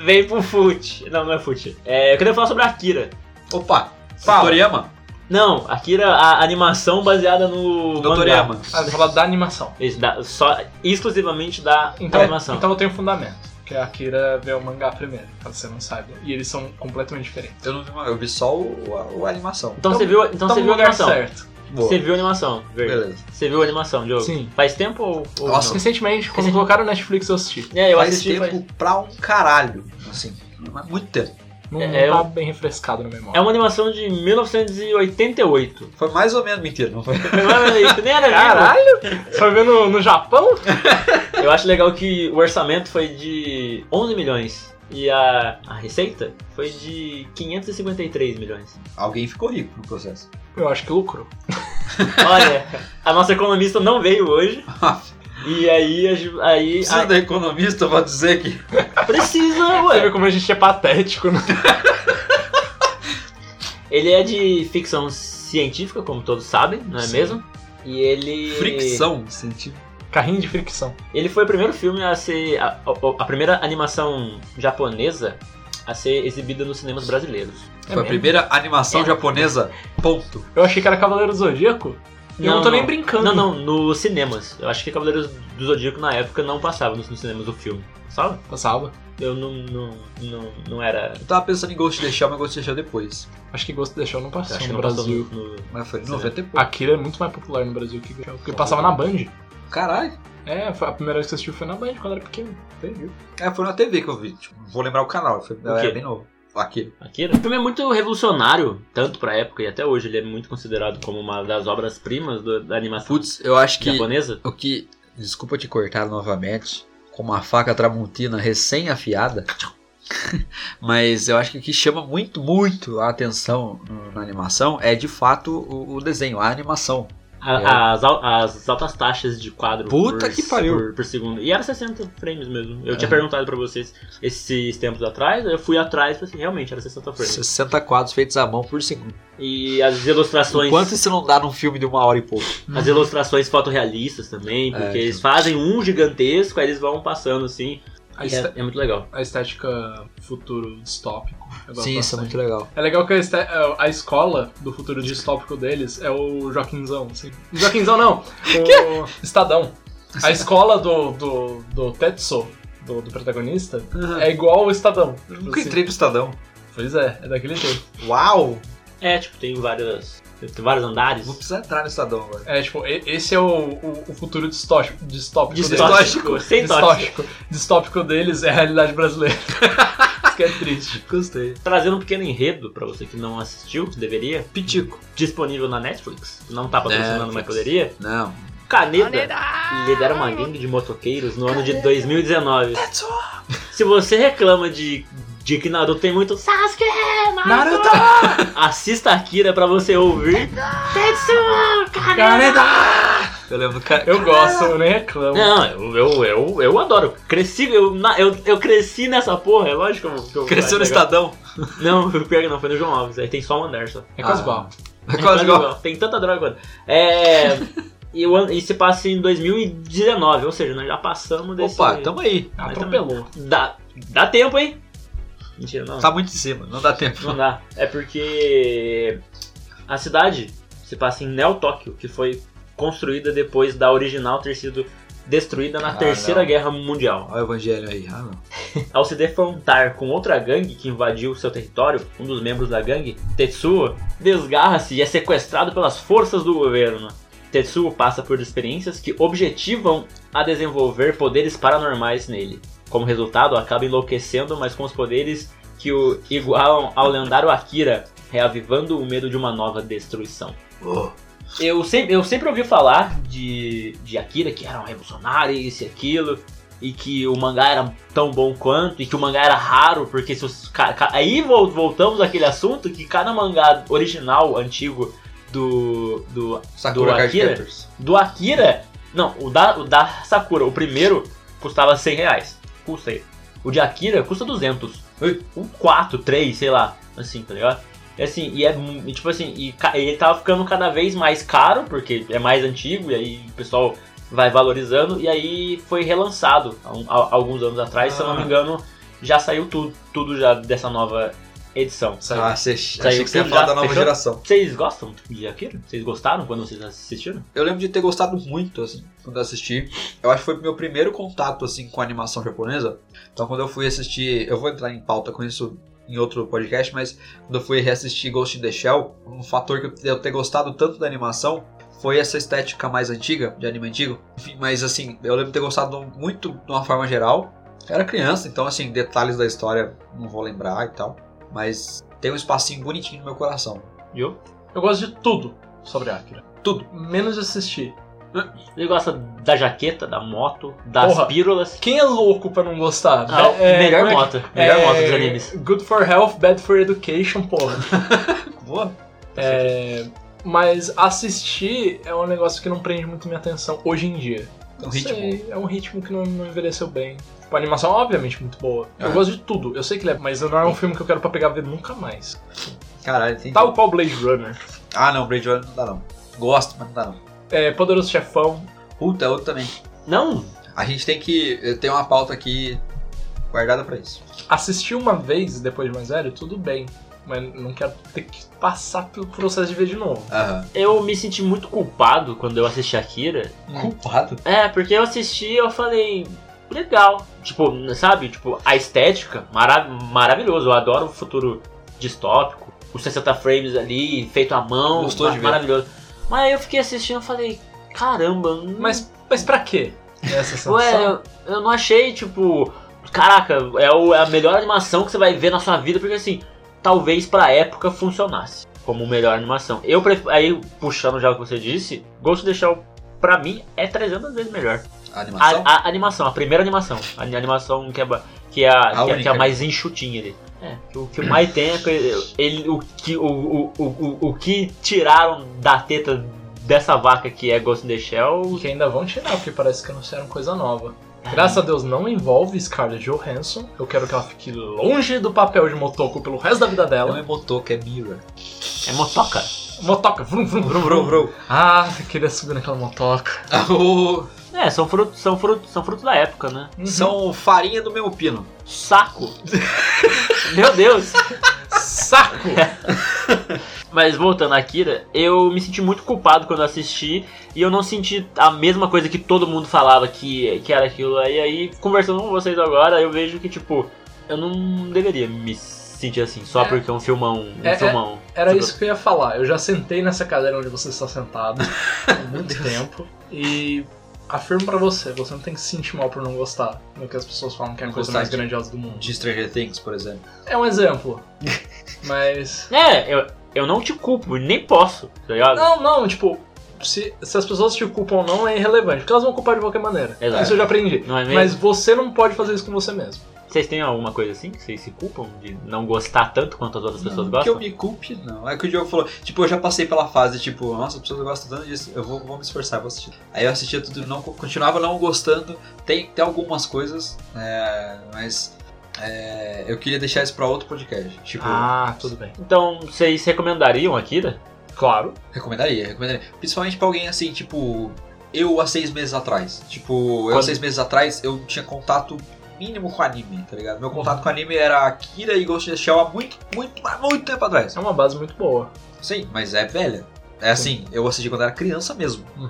S3: Vem pro fute. Não, não é fute. É, eu queria falar sobre a Akira.
S1: Opa!
S2: Fala.
S1: Toriyama?
S3: Não, Akira, a animação baseada no. mangá.
S1: Do Toriyama.
S2: Ah, eu vou falar da animação.
S3: Isso, da- só exclusivamente da
S2: Então,
S3: animação.
S2: então eu tenho fundamento. Porque a Akira vê o mangá primeiro, caso você não saiba. E eles são completamente diferentes.
S1: Eu não vi, uma- eu vi só o, a, a animação.
S3: Então você viu, então
S2: Tá
S3: você
S2: no
S3: viu a
S2: lugar
S3: animação.
S2: certo.
S1: Boa.
S3: Você viu a animação, verdade.
S1: Beleza.
S3: Você viu a animação, Diogo?
S2: Sim.
S3: Faz tempo ou, ou
S1: Nossa,
S2: Recentemente, quando
S3: Esse-
S2: colocaram no Netflix, eu assisti.
S3: não? É, eu
S1: Faz
S3: assisti.
S1: tempo pra um caralho, assim. Mas Muito tempo.
S2: Não
S3: É,
S2: tá
S3: eu-
S2: bem refrescado na
S3: É
S2: memória.
S3: uma animação de 1988.
S1: Foi mais ou menos mentira, não foi?
S3: é Isso nem era vivo.
S2: Caralho! Você foi ver no, no Japão?
S3: Eu acho legal que o orçamento foi de 11 milhões e a, a receita foi de 553 milhões.
S1: Alguém ficou rico no processo.
S2: Eu acho que lucro.
S3: Olha, a nossa economista não veio hoje. E aí, a ju- aí
S1: Precisa da economista pra dizer que.
S3: a- precisa,
S2: Você vê
S3: ué.
S2: como a gente é patético, né?
S3: Ele é de ficção científica, como todos sabem, não é
S1: Sim.
S3: mesmo? E ele
S1: Fricção científica.
S2: Carrinho de fricção.
S3: Ele foi o primeiro filme a ser. A, a- a primeira animação japonesa a ser exibida nos cinemas brasileiros.
S1: foi
S2: É
S1: a
S2: mesmo?
S1: primeira animação
S3: É.
S1: japonesa. Ponto.
S2: Eu achei que era Cavaleiro do Zodíaco. E eu
S3: Não,
S2: não tô nem
S3: não.
S2: brincando.
S3: Não, não, nos cinemas. Eu acho que Cavaleiros do Zodíaco na época não passava nos, nos cinemas do filme. Sabe?
S2: Passava.
S3: Eu não, não, não, não era.
S1: Eu tava pensando em Ghost in the Shell, mas Ghost in the Shell depois.
S2: Acho que Ghost deixou não
S3: Eu
S2: passou
S3: acho que
S2: no
S3: não passou
S2: Brasil.
S3: no, no-
S1: Mas foi em 90 e pouco.
S2: Akira é muito mais popular no Brasil que porque passava na Band.
S1: Caralho.
S2: É, foi- a primeira vez que eu assisti foi na Band quando era pequeno. Entendi.
S1: É, foi na TV que eu vi. Tipo, não vou lembrar o canal. Foi, eu
S3: quê?
S1: era bem novo. Aqui.
S3: Akira. O filme é muito revolucionário, tanto pra época e até hoje. Ele é muito considerado como uma das obras-primas do- da animação
S1: Putz, eu acho que.
S3: japonesa.
S1: O que. Desculpa te cortar novamente. Com uma faca tramontina recém-afiada. Mas eu acho que o que chama muito, muito a atenção no- na animação é de fato o, o desenho, a animação.
S3: A-
S1: É.
S3: as, al- as altas taxas de quadro
S1: Puta
S3: por,
S1: que pariu.
S3: Por, por segundo. E era 60 frames mesmo. Eu tinha
S1: É.
S3: perguntado pra vocês esses tempos atrás, eu fui atrás e falei assim, realmente era 60 frames.
S1: 60 quadros feitos à mão por segundo.
S3: E as ilustrações.
S1: Quanto isso não dá num filme de uma hora e pouco?
S3: As ilustrações fotorrealistas também, porque
S1: É,
S3: eles fazem um gigantesco, aí eles vão passando assim.
S2: A,
S3: E
S2: este-
S3: é, é muito legal.
S2: a estética futuro distópico. eu gosto
S1: Sim, isso é
S2: bastante.
S1: muito legal.
S2: É legal que a, este- é, a escola do futuro distópico deles é o Joaquinzão, assim. Joaquinzão não, o Estadão. A escola do, do, do Tetsuo, do, do protagonista, é igual ao Estadão. Tipo
S1: Ah. Nunca
S2: assim,
S1: entrei no Estadão.
S2: Pois é, é daquele jeito.
S1: Uau!
S3: É, tipo, tem várias. Tem vários andares.
S1: Vou precisar entrar no Estadão agora.
S2: É, tipo, e- esse é o, o, o futuro distópico. Distópico. deles.
S3: Distóxico. Sem tóxico.
S2: distópico. Distópico deles é a realidade brasileira. Isso que é triste.
S1: Gostei.
S3: Trazendo um pequeno enredo pra você que não assistiu, que deveria.
S1: Pitico.
S3: Disponível na Netflix. Não tá patrocinando, mas
S1: Netflix.
S3: poderia.
S1: Não.
S3: Caneda lidera uma gangue de motoqueiros no ano de 2019. Se você reclama de, de que Naruto tem muito Sasuke, Naruto, assista a Kira pra você ouvir. Tetsuo, Kaneda.
S1: Eu lembro. Cara,
S2: Eu gosto, eu nem reclamo.
S3: Não, eu, eu, eu, eu adoro. Cresci, eu, na- eu, eu cresci nessa porra, é lógico que eu- que eu.
S1: cresceu no
S3: acho legal.
S1: Estadão.
S3: Não, pior que não, foi no João Alves. Aí tem só um andar só.
S2: É quase igual.
S1: É quase igual.
S3: Tem tanta droga quanto. É. e, o ano- e se passa em 2019, ou seja, nós já passamos desse.
S1: Opa, então tamo aí.
S3: Mas
S2: É um Atropelou.
S3: Dá, dá tempo, hein? Mentira, não.
S1: Tá muito em cima, não dá tempo.
S3: Não dá. É porque a cidade se passa em Neo Tóquio, que foi construída depois da original ter sido destruída na
S1: Ah,
S3: Terceira
S1: não.
S3: Guerra Mundial.
S1: Olha o evangelho aí. Ah, não.
S3: Ao se defrontar com outra gangue que invadiu seu território, um dos membros da gangue, Tetsuo, desgarra-se e é sequestrado pelas forças do governo. Tetsuo passa por experiências que objetivam a desenvolver poderes paranormais nele. Como resultado, acaba enlouquecendo, mas com os poderes que o igualam ao lendário Akira, reavivando o medo de uma nova destruição. Eu sempre, eu sempre ouvi falar de, de Akira, que era um revolucionário, isso e aquilo, e que o mangá era tão bom quanto, e que o mangá era raro, porque se os, ca- ca- aí vol- voltamos àquele assunto que cada mangá original, antigo, do, do
S1: Sakura
S3: Do
S1: Card
S3: Akira?
S1: Captors.
S3: do Akira. Não, o da, o da Sakura, o primeiro, custava 100 reais. Custa aí. O de Akira custa 200.
S1: Ui.
S3: Um 4, 3, sei lá. Assim, tá ligado? E assim, e é mu- e tipo assim, e ca- ele tava ficando cada vez mais caro, porque é mais antigo, e aí o pessoal vai valorizando, e aí foi relançado há, um- há- alguns anos atrás, se eu não
S1: Ah.
S3: me engano, já saiu tudo, tudo já dessa nova edição.
S2: Saiu.
S1: Ah, você, achei que você ia
S3: tudo
S1: falar
S3: já,
S1: da nova
S3: fechou?
S1: geração.
S3: Vocês gostam de Akira? Vocês gostaram quando vocês assistiram?
S1: Eu lembro de ter gostado muito, assim, quando eu assisti. Eu acho que foi meu primeiro contato, assim, com a animação japonesa. Então, quando eu fui assistir... Eu vou entrar em pauta com isso em outro podcast, mas quando eu fui reassistir Ghost in the Shell, um fator que eu- eu ter gostado tanto da animação foi essa estética mais antiga, de anime antigo. Enfim, mas, assim, eu lembro de ter gostado muito de uma forma geral. Eu era criança, então, assim, detalhes da história não vou lembrar e tal. Mas tem um espacinho bonitinho no meu coração.
S2: E eu? Eu gosto de tudo sobre Akira. Tudo. Menos de assistir.
S3: Ele gosta da jaqueta, da moto, das
S2: Porra.
S3: pírolas.
S2: Quem é louco pra não gostar?
S3: Ah,
S2: É,
S3: melhor
S2: como é que-
S3: moto. Melhor
S2: é,
S3: moto dos animes.
S2: Good for health, bad for education, porra.
S1: Boa.
S2: É, mas assistir é um negócio que não prende muito minha atenção hoje em dia.
S1: É um
S2: Não
S1: ritmo.
S2: sei, é um ritmo que não, não envelheceu bem. Tipo, a animação é obviamente muito boa.
S1: É.
S2: Eu gosto de tudo. Eu sei que ele é, mas não é um filme que eu quero pra pegar e ver nunca mais.
S1: Caralho, entendi.
S2: Tal qual Blade Runner.
S1: Ah, não, Blade Runner não dá não. Gosto, mas não dá não.
S2: É, Poderoso Chefão.
S1: Puta, é outro também.
S3: Não,
S1: A gente tem que ter uma pauta aqui guardada pra isso.
S2: Assistir uma vez depois de mais velho, tudo bem. Mas não quero ter que passar pelo processo de ver de novo.
S1: Aham.
S3: eu me senti muito culpado quando eu assisti Akira.
S1: Hum. Culpado?
S3: É, porque eu assisti e eu falei, legal. Tipo, sabe? Tipo, a estética, mara maravilhoso. Eu adoro o futuro distópico. Os 60 frames ali, feito à mão,
S1: Gostou de ver.
S3: maravilhoso. Mas aí eu fiquei assistindo e falei, caramba. hum,
S2: Mas, mas pra quê? Essa sensação.
S3: Ué, eu, eu não achei, tipo, caraca, é, o- é a melhor animação que você vai ver na sua vida, porque assim, talvez pra época funcionasse como melhor animação. Eu prefiro, aí, puxando já o que você disse, Ghost in the Shell, pra mim, é 300 vezes melhor.
S1: A
S3: A,
S1: animação?
S3: a animação, a primeira animação, a ani- animação que é, ba- que é, a,
S1: A
S3: que é, que é a
S1: única.
S3: mais enxutinha ali. É, o que mais tem é que ele, o, que, o, o, o, o- o que tiraram da teta dessa vaca que é Ghost in the Shell.
S2: Que ainda vão tirar, porque parece que anunciaram coisa nova. Graças a Deus não envolve Scarlett Johansson. Eu quero que ela fique longe do papel de Motoko pelo resto da vida
S1: Não
S2: dela.
S1: é Motoko, é Mira.
S3: É motoca.
S2: Motoca, vrum, vrum, vrum, vrum. Ah, eu queria subir naquela motoca.
S1: Uhum.
S3: É, são frutos, são frutos, são frutos da época, né?
S1: São farinha do mesmo pino.
S3: Saco. Meu Deus.
S2: Saco!
S3: Mas voltando a Akira, eu me senti muito culpado quando assisti e eu não senti a mesma coisa que todo mundo falava que, que era aquilo. E aí, conversando com vocês agora, eu vejo que, tipo, eu não deveria me sentir assim, só
S2: É.
S3: porque é um filmão. Um
S2: É, é.
S3: filmão.
S2: Era
S3: Tipo,
S2: isso que eu ia falar. Eu já sentei nessa cadeira onde você está sentado há muito tempo. E afirmo pra você, você não tem que se sentir mal por não gostar do que as pessoas falam que é a
S1: Não
S2: coisa
S1: gostar
S2: mais
S1: de-
S2: grandiosa do mundo.
S1: De Stranger Things, por exemplo.
S2: É um exemplo. Mas.
S3: É, eu, eu não te culpo, nem posso, tá ligado?
S2: Não, não, tipo, se, se as pessoas te culpam ou não é irrelevante, porque elas vão culpar de qualquer maneira.
S3: Exato.
S2: Isso eu já aprendi.
S3: Não é mesmo?
S2: Mas você não pode fazer isso com você mesmo.
S3: Vocês têm alguma coisa assim que vocês se culpam de não gostar tanto quanto as outras pessoas
S1: que
S3: gostam?
S1: eu me culpe, não. É que o Diogo falou, tipo, eu já passei pela fase, tipo, nossa, as pessoas gostam tanto disso, eu vou, vou me esforçar, vou assistir. Aí eu assistia tudo, não, continuava não gostando. Tem, tem algumas coisas, é, mas é, eu queria deixar isso pra outro podcast. Tipo,
S2: Ah, tudo bem.
S3: Então, vocês recomendariam Akira?
S2: Claro.
S1: Recomendaria, recomendaria. Principalmente pra alguém assim, tipo, eu há seis meses atrás. Tipo, eu há
S3: Quando-
S1: seis meses atrás eu tinha contato mínimo com anime, tá ligado? Meu
S3: Uhum.
S1: contato com anime era Akira e Ghost in the Shell há muito, muito, mas muito tempo atrás.
S2: É uma base muito boa.
S1: Sim, mas é velha. É assim, eu assisti quando era criança mesmo.
S2: Uhum.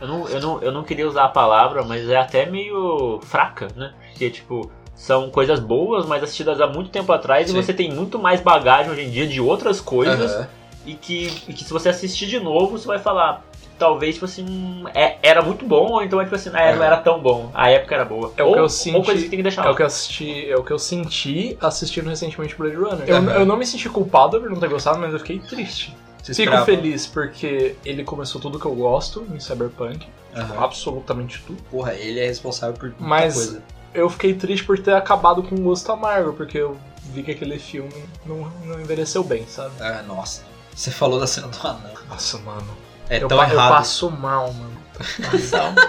S3: Eu não, eu, não, eu não queria usar a palavra, mas é até meio fraca, né? Porque, tipo, são coisas boas, mas assistidas há muito tempo atrás
S1: Sim.
S3: e você tem muito mais bagagem hoje em dia de outras coisas
S1: Aham.
S3: e, que, e que se você assistir de novo, você vai falar. Talvez, tipo assim, hum, é- era muito bom, ou então, é, tipo assim, ah, não
S1: É.
S3: era tão bom. A época era boa.
S2: É o
S3: ou,
S2: que eu
S3: Ou
S2: senti-
S3: coisas que tem que deixar
S2: É
S3: lá.
S2: o que eu assisti, é o que eu senti assistindo recentemente Blade Runner. Eu,
S1: Aham.
S2: eu não me senti culpado por não ter gostado, mas eu fiquei triste.
S1: Você
S2: Fico
S1: esperava.
S2: feliz porque ele começou tudo que eu gosto em Cyberpunk,
S1: Aham.
S2: absolutamente tudo.
S1: Porra, ele é responsável por muita
S2: Mas-
S1: coisa.
S2: eu fiquei triste por ter acabado com um gosto amargo, porque eu vi que aquele filme não, não envelheceu bem, sabe?
S1: Ah, nossa. Você falou da cena do anão.
S2: Nossa, mano.
S1: É
S2: eu,
S1: tão
S2: pa- eu
S1: errado.
S2: passo mal, mano.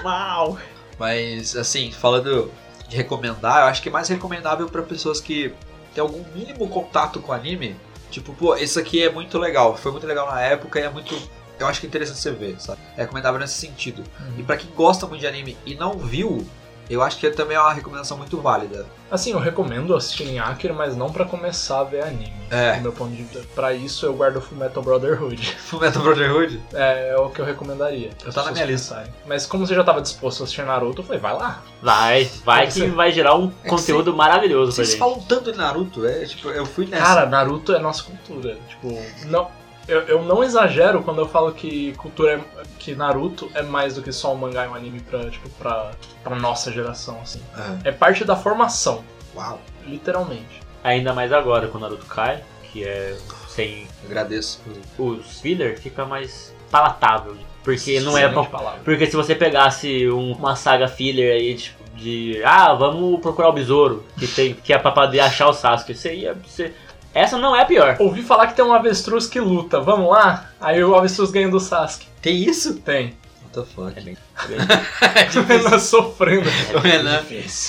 S3: Uau!
S1: Mas, assim, falando de recomendar, eu acho que é mais recomendável pra pessoas que têm algum mínimo contato com anime. Tipo, pô, esse aqui é muito legal, foi muito legal na época e é muito. Eu
S2: Uhum.
S1: acho que é interessante você ver, sabe? É recomendável nesse sentido. E pra quem gosta muito de anime e não viu, Eu acho que também é uma recomendação muito válida.
S2: Assim, eu recomendo assistir em Hacker, mas não pra começar a ver anime.
S1: É.
S2: Do meu ponto de vista, pra isso eu guardo o Fullmetal Brotherhood.
S1: Fullmetal Brotherhood?
S2: É, é o que eu recomendaria. pras
S1: Tá na minha
S2: pessoas começarem. Mas como você já tava disposto a assistir Naruto, eu falei, vai lá.
S3: Vai, vai
S2: Pode
S3: que
S2: ser.
S3: vai gerar
S2: É
S3: um
S1: que
S3: conteúdo maravilhoso pra
S1: Vocês
S3: gente.
S1: falam tanto de Naruto, é? Tipo, eu fui nessa.
S2: Cara, Naruto é nossa cultura. Tipo, não. Eu, eu não exagero quando eu falo que cultura é, que Naruto é mais do que só um mangá e um anime pra, tipo, pra, pra nossa geração, assim.
S1: Ah,
S2: É parte da formação,
S1: uau,
S2: literalmente.
S3: Ainda mais agora com o Naruto Kai, que é sem
S1: agradeço.
S3: os filler, fica mais palatável. Porque não é
S2: Excelente
S3: pra
S2: palavra.
S3: Porque se você pegasse um- uma saga filler aí, tipo, de. Ah, vamos procurar o besouro, que, tem, que é pra poder achar o Sasuke, você ia. Você... Essa não é a pior.
S2: Ouvi falar que tem um avestruz que luta, vamos lá? Aí o avestruz ganha do Sasuke.
S1: Tem isso?
S2: Tem.
S1: What the fuck? É
S3: É bem-
S2: O Renan sofrendo.
S1: O Renan.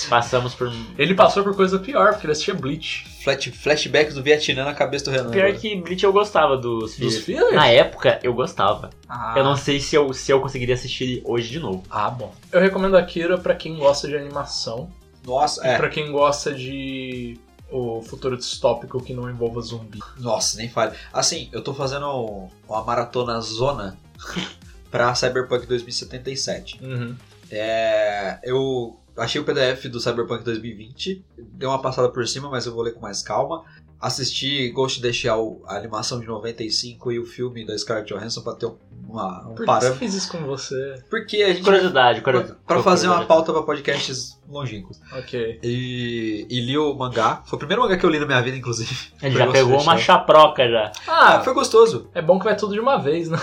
S3: Passamos por. um
S2: Ele passou por coisa pior, porque ele assistia Bleach.
S1: Flash- flashbacks do Vietnã na cabeça do Renan.
S3: Pior é
S1: agora.
S3: que Bleach eu gostava dos
S2: Dos
S3: fillers.
S2: fillers?
S3: Uhum. Na época eu gostava.
S2: Ah,
S3: Eu não sei se eu, se eu conseguiria assistir hoje de novo.
S2: Ah, bom. Eu recomendo Akira pra quem gosta de animação.
S1: Nossa,
S2: E
S1: é.
S2: pra quem gosta de o futuro distópico que não envolva zumbi.
S1: Nossa, nem fale. Assim, eu tô fazendo um- uma maratona zona pra Cyberpunk 2077.
S2: Uhum.
S1: É, eu achei o PDF do Cyberpunk 2020, dei uma passada por cima, mas eu vou ler com mais calma. Assisti Ghost in the Shell, a animação de 95 e o filme da Scarlett Johansson pra ter um- uma, um
S2: Por que eu
S1: parâmetro.
S2: fiz isso com você?
S1: Porque a gente...
S3: Curiosidade,
S1: Pra,
S3: curiosidade.
S1: pra fazer uma
S3: curiosidade.
S1: pauta pra podcasts longínquos.
S2: Ok.
S1: E, e li o mangá. Foi o primeiro mangá que eu li na minha vida, inclusive.
S3: Ele já
S1: Pra né?
S3: pegou
S1: você,
S3: uma
S1: sabe?
S3: chaproca já.
S1: Ah,
S2: Ah,
S1: foi gostoso.
S2: é bom que vai tudo de uma vez, né?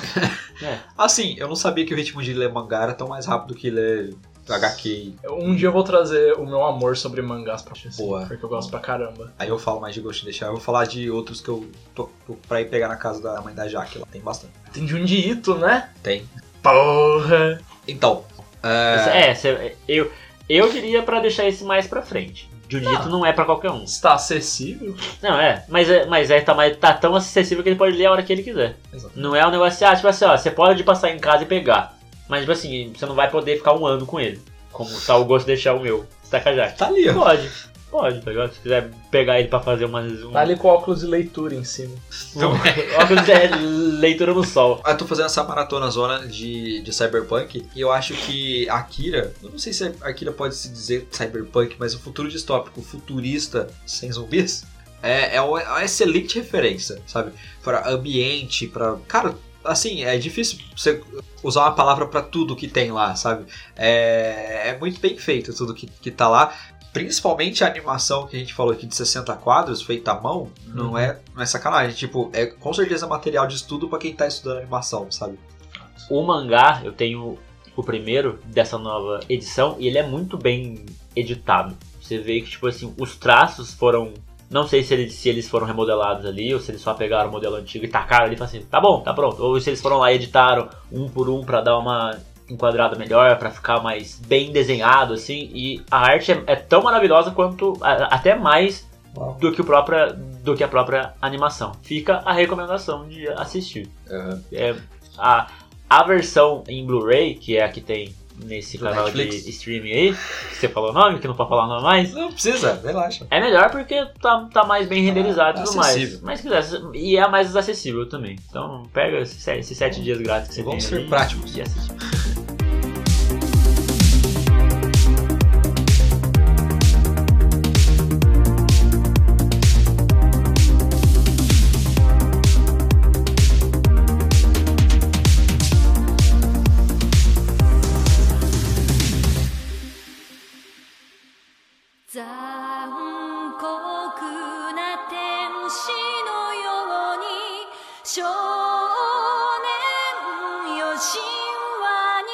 S1: Assim, eu não sabia que o ritmo de ler mangá era tão mais rápido que ler HQ.
S2: Um dia eu vou trazer o meu amor sobre mangás pra vocês.
S1: Boa.
S2: Porque eu gosto pra caramba.
S1: Aí eu falo mais de Ghost in the Shell, eu vou falar de outros que eu tô, tô pra ir pegar na casa da mãe da Jaque lá. Tem bastante.
S2: Tem Junji Ito, né?
S1: Tem.
S2: Porra!
S1: Então,
S3: É, cê- eu, eu diria pra deixar esse mais pra frente. Junito não é pra qualquer um.
S2: Está acessível?
S3: Não, é. Mas, é, mas é, tá, mas tá tão acessível que ele pode ler a hora que ele quiser.
S2: Exato.
S3: Não é um negócio, ah, tipo assim, ó, você pode passar em casa e pegar. Mas, tipo assim, você não vai poder ficar um ano com ele. Como tá o gosto deixar o meu, Stakajak.
S1: tá ali, ó.
S3: Pode, pode, tá ligado? Se quiser pegar ele pra fazer umas. Um,
S2: Tá ali com óculos de leitura em cima.
S1: Então,
S3: óculos de leitura no sol.
S1: eu Ah, tô fazendo essa maratona zona de, de Cyberpunk e eu acho que Akira, eu não sei se Akira pode se dizer Cyberpunk, mas o futuro distópico, futurista sem zumbis, é, é uma é uma excelente referência, sabe? Pra ambiente, pra. Cara, assim, é difícil você usar uma palavra pra tudo que tem lá, sabe? É, é muito bem feito tudo que, que tá lá. Principalmente a animação que a gente falou aqui de 60 quadros, feita à mão, não, é, não é sacanagem. Tipo, é com certeza material de estudo pra quem tá estudando animação, sabe?
S3: O mangá, eu tenho o primeiro dessa nova edição e ele é muito bem editado. Você vê que, tipo assim, os traços foram. Não sei se eles, se eles foram remodelados ali, ou se eles só pegaram o modelo antigo e tacaram ali e falaram assim, tá bom, tá pronto. Ou se eles foram lá e editaram um por um pra dar uma enquadrada melhor, pra ficar mais bem desenhado, assim. E a arte é, é tão maravilhosa quanto. a- até mais
S1: Uau.
S3: do que, o própria, do que a própria animação. Fica a recomendação de assistir é, a, a versão em Blu-ray, que é a que tem nesse
S1: Do
S3: canal
S1: Netflix?
S3: de streaming aí, que você falou o nome, que não pode falar o nome mais,
S1: Não precisa, relaxa.
S3: é melhor porque tá, tá mais bem renderizado e
S1: tá
S3: tudo
S1: acessível.
S3: mais. Mas se quiser, e é a mais acessível também. Então pega esses se- esses sete dias grátis que você
S1: Vamos
S3: tem
S1: ser
S3: aí
S1: práticos.
S3: e assiste.
S5: 残酷な天使のように少年よ神話に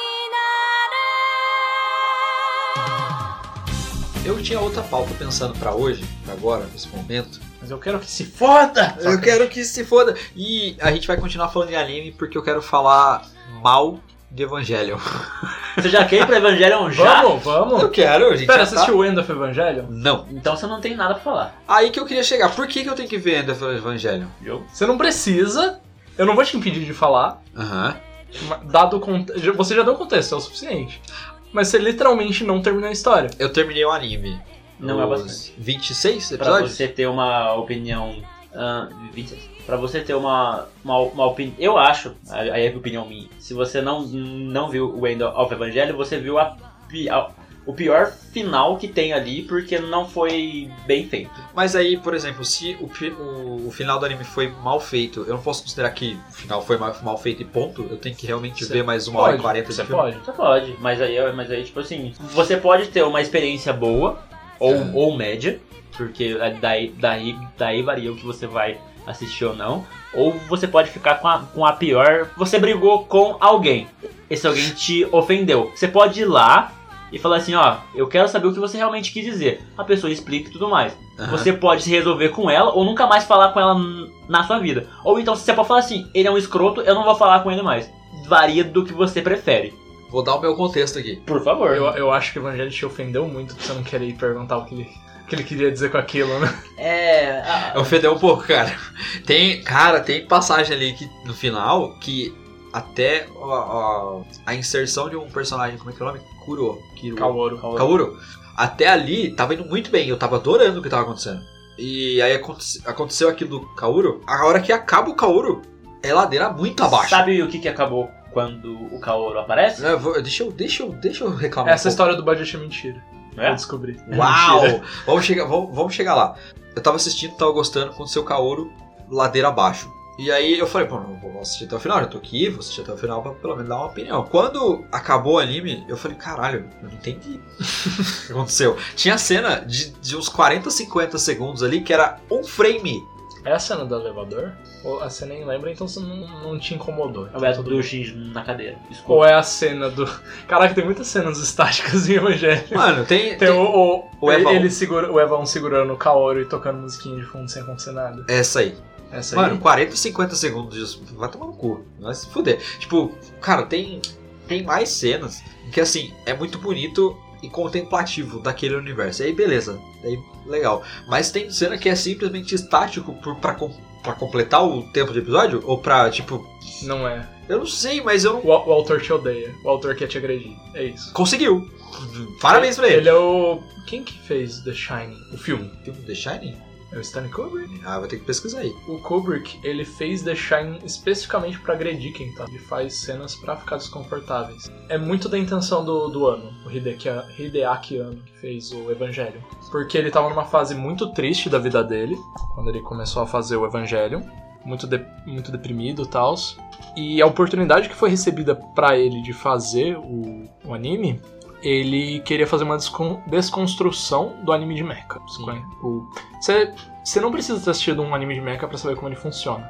S5: なれ
S1: Eu tinha outra pauta pensando pra hoje, pra agora, nesse momento.
S2: Mas eu quero que se foda!
S1: Eu quero que se foda. E a gente vai continuar falando de anime porque eu quero falar mal de Evangelion.
S3: Você já quer ir pra Evangelion já?
S2: Vamos, vamos!
S1: Eu quero, gente.
S2: Pera,
S1: já tá-
S2: assistiu o End of Evangelion?
S1: Não.
S3: Então você não tem nada pra falar.
S1: Aí que eu queria chegar. Por que, que eu tenho que ver End of Evangelion?
S3: Jogo?
S2: Você não precisa, eu não vou te impedir de falar,
S1: Aham.
S2: ma- dado o cont- já- Você já deu o contexto, é o suficiente. Mas você literalmente não terminou a história.
S1: Eu terminei o anime.
S3: Não é
S1: Os
S3: bastante.
S1: 26
S3: Pra
S1: episódios?
S3: você ter uma opinião. ah, 26. pra você ter uma, uma, uma opinião. Eu acho, aí é opinião minha. Se você não, não viu o End of Evangelho, você viu a, pi- a- o pior final que tem ali, porque não foi bem feito.
S1: Mas aí, por exemplo, se o, fi- o, o final do anime foi mal feito, eu não posso considerar que o final foi mal, mal feito e ponto. Eu tenho que realmente
S2: Você
S1: ver mais uma hora e quarenta de
S2: você
S1: filme.
S2: pode.
S3: Você pode, mas aí, mas aí, tipo assim, você pode ter uma experiência boa ou, ou média, porque é daí, daí, daí varia o que você vai assistir ou não. Ou você pode ficar com a, com a pior. Você brigou com alguém. Esse alguém te ofendeu. Você pode ir lá e falar assim, ó, eu quero saber o que você realmente quis dizer. A pessoa explica e tudo mais.
S1: Aham.
S3: Você pode se resolver com ela ou nunca mais falar com ela n- na sua vida. Ou então você pode falar assim, ele é um escroto, eu não vou falar com ele mais. Varia do que você prefere.
S1: Vou dar o meu contexto aqui.
S3: Por favor.
S2: Eu, eu acho que o Evangelho te ofendeu muito pra você não querer ir perguntar o que ele, o que ele queria dizer com aquilo, né?
S3: É. a-
S1: Ofendeu um pouco, cara. Tem, cara, tem passagem ali que, no final que até a, a- a inserção de um personagem, como é que é o nome? Kuro. Kiro.
S2: Kaworu.
S1: Kaoru, até ali tava indo muito bem, eu tava adorando o que tava acontecendo. E aí aconte- aconteceu aquilo do Kaoru, a hora que acaba o Kaoru, é ladeira muito abaixo.
S3: Sabe o que, que acabou quando o Kaoru aparece?
S1: Eu vou- Deixa eu, deixa eu, deixa eu reclamar. um
S2: Essa
S1: pouco.
S2: história do budget é mentira.
S3: É?
S2: Eu descobri.
S1: Uau! vamos, chegar, vamos, vamos chegar lá. Eu tava assistindo, tava gostando, aconteceu o Kaoru, ladeira abaixo. E aí eu falei, pô, não vou assistir até o final, já tô aqui, vou assistir até o final pra pelo menos dar uma opinião. Quando acabou o anime, eu falei, caralho, eu não entendi o que aconteceu. Tinha cena de, de uns 40, 50 segundos ali que era um frame.
S2: É a cena do elevador? Ou a cena nem lembra, então você não, não te incomodou.
S3: É
S2: Então
S3: o Beto
S2: tudo
S3: do
S2: bem.
S3: Shinji na cadeira.
S2: Ou
S3: Desculpa.
S2: é a cena do. Caraca, tem muitas cenas estáticas em Evangelho.
S1: Mano, tem.
S2: Tem
S1: tem-
S2: o, o,
S1: O Eva
S2: ele,
S1: um.
S2: ele segura, o Eva um segurando o Kaoru e tocando musiquinha de fundo sem acontecer nada.
S1: É Essa aí.
S2: Essa
S1: Mano,
S2: aí.
S1: 40, 50 segundos disso. Vai tomar no cu. Vai se fuder. Tipo, cara, tem, tem mais cenas que, assim, é muito bonito e contemplativo daquele universo. Aí, beleza. Aí, legal. Mas tem cena que é simplesmente estático por, pra, com- pra completar o tempo de episódio? Ou pra, tipo,
S2: Não é.
S1: eu não sei, mas eu não.
S2: O, o autor te odeia. O autor quer te agredir. É isso.
S1: Conseguiu. Parabéns pra ele.
S2: Ele é o. Quem que fez The Shining? O filme?
S1: Tem um The Shining?
S2: É o Stanley Kubrick?
S1: Ah, vou ter que pesquisar aí.
S2: O Kubrick, ele fez The Shining especificamente pra agredir quem tá. Ele faz cenas pra ficar desconfortáveis. É muito da intenção do, do ano, o Hideaki, Hideaki Anno, que fez o Evangelho. Porque ele tava numa fase muito triste da vida dele, quando ele começou a fazer o Evangelho. Muito, de- muito deprimido e tal. E a oportunidade que foi recebida pra ele de fazer o, o anime, ele queria fazer uma descon- desconstrução do anime de Mecha. O- Você você não precisa ter assistido um anime de mecha pra saber como ele funciona.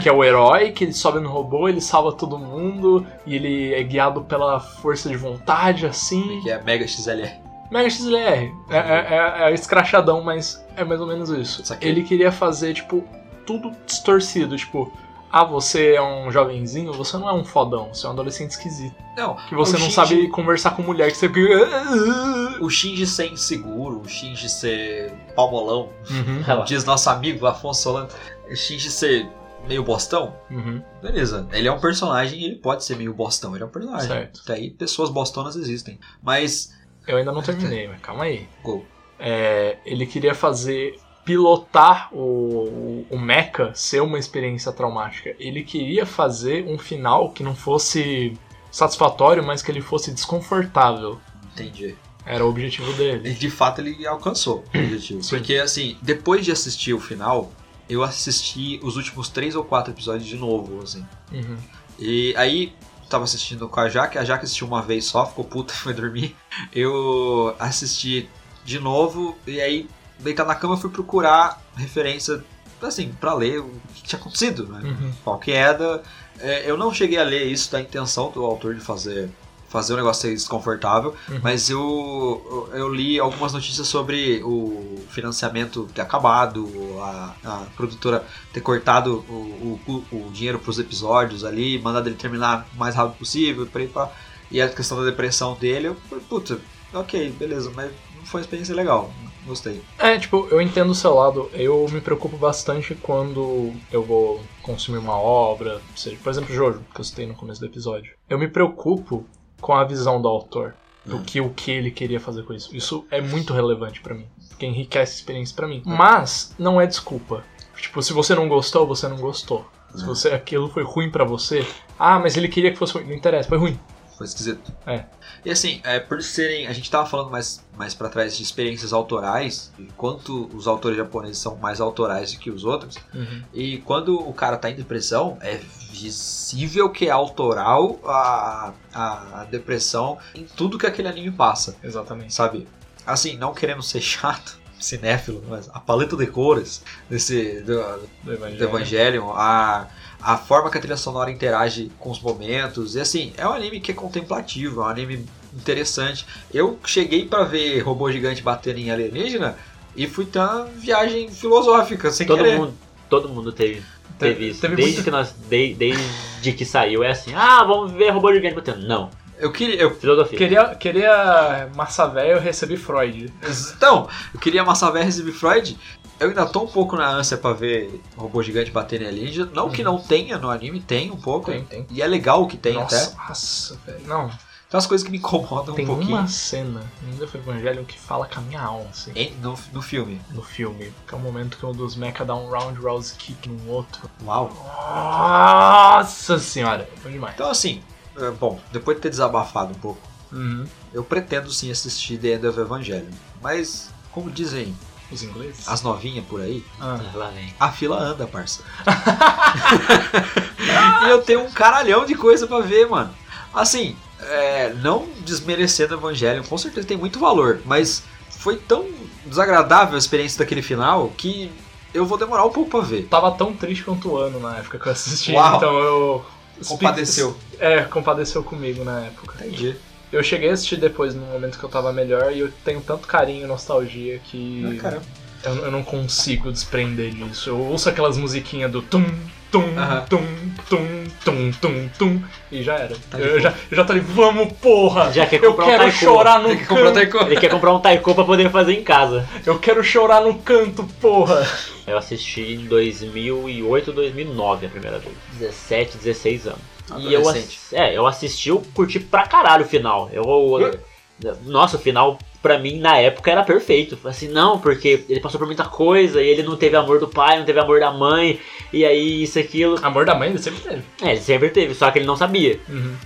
S2: Que é o herói, que ele sobe no robô, ele salva todo mundo, e ele é guiado pela força de vontade, assim.
S1: Que é Mega XLR.
S2: Mega XLR. É, é, é, é escrachadão, mas é mais ou menos isso.
S1: Saquei.
S2: Ele queria fazer, tipo, tudo distorcido. Tipo, ah, você é um jovenzinho, você não é um fodão, você é um adolescente esquisito.
S1: Não,
S2: Que você
S1: o
S2: não
S1: Shinji-
S2: sabe conversar com mulher, que você fica.
S1: O Shinji ser inseguro, o Shinji ser palmolão,
S2: Uhum,
S3: Ela.
S1: diz nosso amigo Afonso Solano, o Shinji ser meio bostão,
S2: uhum,
S1: beleza. Ele é um personagem e ele pode ser meio bostão, ele é um personagem.
S2: certo.
S1: Até aí pessoas bostonas existem. Mas
S2: Eu ainda não terminei, mas calma aí.
S1: Go.
S2: É, ele queria fazer pilotar o, o Mecha ser uma experiência traumática. Ele queria fazer um final que não fosse satisfatório, mas que ele fosse desconfortável.
S1: entendi.
S2: Era o objetivo dele.
S1: E de fato ele alcançou o objetivo.
S2: Sim.
S1: Porque assim, depois de assistir o final, eu assisti os últimos três ou quatro episódios de novo, assim.
S2: Uhum.
S1: E aí, tava assistindo com a Jaque, a Jaque assistiu uma vez só, ficou puta, foi dormir. Eu assisti de novo, e aí, deitar na cama, eu fui procurar referência, assim, pra ler o que tinha acontecido, né?
S2: Uhum.
S1: Qual que era. É, eu não cheguei a ler isso da intenção do autor de fazer fazer um negócio ser desconfortável,
S2: Uhum.
S1: mas eu, eu li algumas notícias sobre o financiamento ter acabado, a, a produtora ter cortado o, o, o dinheiro para os episódios ali, mandado ele terminar o mais rápido possível, pra ir pra- e a questão da depressão dele, eu falei, puta, ok, beleza, mas não foi uma experiência legal, gostei.
S2: É, tipo, eu entendo o seu lado. Eu me preocupo bastante quando eu vou consumir uma obra, seja, por exemplo, Jojo, que eu citei no começo do episódio. Eu me preocupo com a visão do autor. do que o que ele queria fazer com isso. Isso é muito relevante pra mim, porque enriquece a experiência pra mim. Mas não é desculpa. Tipo, se você não gostou, você não gostou. Se você aquilo foi ruim pra você, ah, mas ele queria que fosse ruim. Não interessa, foi ruim.
S1: Foi esquisito.
S2: É.
S1: E assim, é, por serem. A gente tava falando mais, mais pra trás de experiências autorais, e quanto os autores japoneses são mais autorais do que os outros. E quando o cara tá em depressão, é visível que é autoral a, a, a depressão em tudo que aquele anime passa,
S2: Exatamente.
S1: sabe? Assim, não querendo ser chato, cinéfilo, mas a paleta de cores desse, do,
S2: Do Evangelho.
S1: do Evangelion, a, a forma que a trilha sonora interage com os momentos, e assim, é um anime que é contemplativo, é um anime interessante. Eu cheguei pra ver robô gigante batendo em alienígena e fui ter uma viagem filosófica, sem
S3: Todo
S1: querer.
S3: mundo, todo mundo teve,
S2: Teve-
S3: teve isso.
S2: teve
S3: desde,
S2: muito-
S3: que nós, de- desde que saiu, é assim, ah, vamos ver robô gigante batendo. Não,
S1: Eu queria, eu,
S3: filosofia.
S2: Queria, queria massa velha, eu recebi Freud.
S1: então, eu queria Massavé e Freud. Eu ainda tô um pouco na ânsia pra ver robô gigante batendo em alienígena. Não que não tenha no anime, tem um pouco.
S2: tem.
S1: E é legal que tem
S2: nossa,
S1: até.
S2: nossa, velho. Não,
S1: Tem umas coisas que me incomodam
S2: tem
S1: um pouquinho.
S2: uma cena no Death Evangelion que fala com a minha alma, assim,
S1: Em- No, no filme.
S2: no filme. Que é o momento que um dos mecha dá um roundhouse kick no outro.
S1: Uau.
S2: Nossa senhora, foi demais.
S1: Então, assim, é, bom, depois de ter desabafado um pouco,
S2: Uhum.
S1: eu pretendo sim assistir The End of Evangelion. Mas, como dizem
S2: Os ingleses?
S1: as novinhas por aí,
S2: Ah.
S3: Ah, lá vem.
S1: a fila anda, parça. e eu tenho um caralhão de coisa pra ver, mano. Assim, é, não desmerecendo Evangelion, com certeza tem muito valor, mas foi tão desagradável a experiência daquele final que eu vou demorar um pouco pra ver.
S2: Tava tão triste quanto o ano na época que eu assisti,
S1: Uau.
S2: então eu.
S1: Compadeceu.
S2: É, compadeceu comigo na época.
S1: Entendi.
S2: Eu cheguei a assistir depois, no momento que eu tava melhor, e eu tenho tanto carinho e nostalgia que.
S1: Ah, caramba.
S2: eu, eu não consigo desprender disso. Eu ouço aquelas musiquinhas do tum, tum,
S1: Aham.
S2: tum, tum, tum, tum, tum, e já era.
S1: Tá de
S2: eu,
S1: boa.
S2: já, eu já tô ali, vamos porra!
S3: Já quer
S2: Eu
S3: comprar um
S2: quero
S3: taiko.
S2: chorar no
S1: Tem que comprar
S2: canto!
S1: outra coisa.
S3: Ele quer comprar um taiko pra poder fazer em casa.
S2: Eu quero chorar no canto, porra!
S3: Eu assisti em 2008, 2009 a primeira vez. 17, 16 anos. E eu,
S1: Adolescente.
S3: ass- é, eu assisti, eu curti pra caralho o final. Eu, eu- nossa, o final pra mim na época era perfeito. Assim, não, porque ele passou por muita coisa e ele não teve amor do pai, não teve amor da mãe, e aí isso, aquilo.
S2: Amor da mãe, ele sempre teve.
S3: É, ele sempre teve, só que ele não sabia.
S2: Uhum.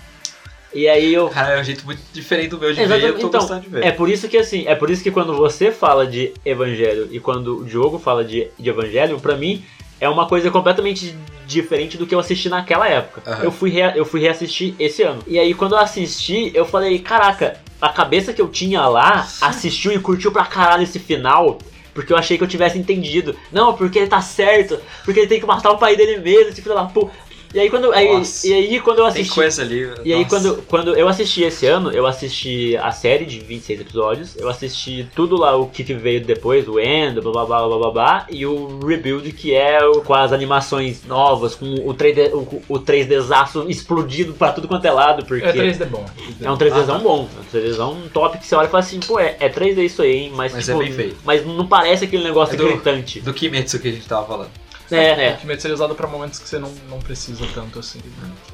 S3: E aí eu.
S1: Cara, é um jeito muito diferente do meu de ver, eu
S3: Exatamente,
S1: tô
S3: então,
S1: gostando de ver.
S3: É por isso que assim, é por isso que quando você fala de evangelho e quando o Diogo fala de, de evangelho, pra mim é uma coisa completamente diferente do que eu assisti naquela época.
S1: Aham.
S3: Eu, fui rea- eu fui reassistir esse ano. E aí quando eu assisti, eu falei, caraca, a cabeça que eu tinha lá assistiu e curtiu pra caralho esse final. Porque eu achei que eu tivesse entendido. Não, porque ele tá certo. Porque ele tem que matar o pai dele mesmo, esse filho da puta. E aí quando, aí,
S1: Nossa.
S3: e aí, quando eu
S1: Tem
S3: assisti.
S1: coisa ali.
S3: E aí, quando, quando eu assisti esse ano, eu assisti a série de 26 episódios, eu assisti tudo lá, o que, que veio depois, o End, blá blá blá blá blá blá, e o Rebuild, que é o- com as animações novas, com o 3D, o, o 3Dzaço explodido pra tudo quanto é lado, porque
S2: É
S3: é,
S2: 3D bom.
S3: um 3Dzão bom, é um 3Dzão top que você olha e fala assim, pô, é, é 3D isso aí, hein, mas,
S1: Mas
S3: tipo,
S1: é bem feito.
S3: mas não parece aquele negócio
S1: É do-
S3: gritante.
S1: Do Kimetsu que a gente tava falando.
S3: É, é.
S2: Que medo de ser usado pra momentos que você não, não precisa tanto assim.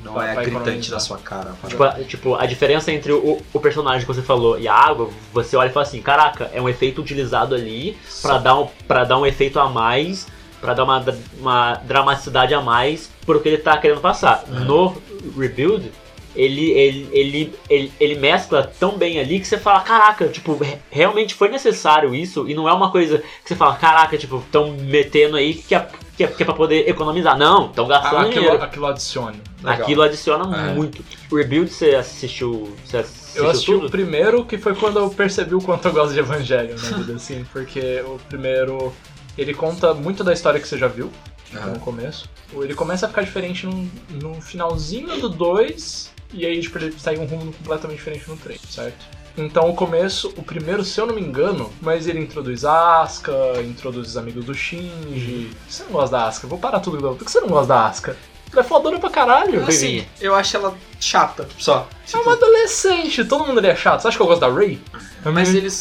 S1: Não
S2: Vai-
S1: é
S2: vai
S1: gritante
S2: economizar.
S1: na sua cara. a
S3: Tipo,
S1: parada.
S3: a, tipo, a diferença entre o, o personagem que você falou e a água, você olha e fala assim, caraca, é um efeito utilizado ali pra dar um, pra dar um efeito a mais, pra dar uma, dra- uma dramaticidade a mais pro que ele tá querendo passar. No Rebuild, ele, ele, ele, ele, ele mescla tão bem ali que você fala, caraca, tipo, re- realmente foi necessário isso e não é uma coisa que você fala, caraca, tipo, tão metendo aí que é, que é, que é pra poder economizar. Não, tão gastando Ah, dinheiro.
S2: Aquilo, aquilo adicione.
S1: Legal.
S3: Aquilo adiciona
S1: É.
S3: muito. O Rebuild, você assistiu. Você assistiu
S2: Eu assisti o
S3: tudo?
S2: primeiro, que foi quando eu percebi o quanto eu gosto de Evangelho na vida, assim, porque o primeiro. Ele conta muito da história que você já viu
S1: Aham.
S2: no começo. Ou Ele começa a ficar diferente no, no finalzinho do 2, e aí tipo, ele segue um rumo completamente diferente no 3, certo? Então o começo, o primeiro, se eu não me engano, mas ele introduz a Asuka, introduz os amigos do Shinji. Você não gosta da Asuka? Vou parar tudo de novo. Por que você não gosta da Asuka? Ela é fodona pra caralho.
S1: Assim, eu acho ela chata, só. Tipo,
S2: É uma adolescente, todo mundo ali é chato. Você acha que eu gosto da Ray?
S1: Mas eles-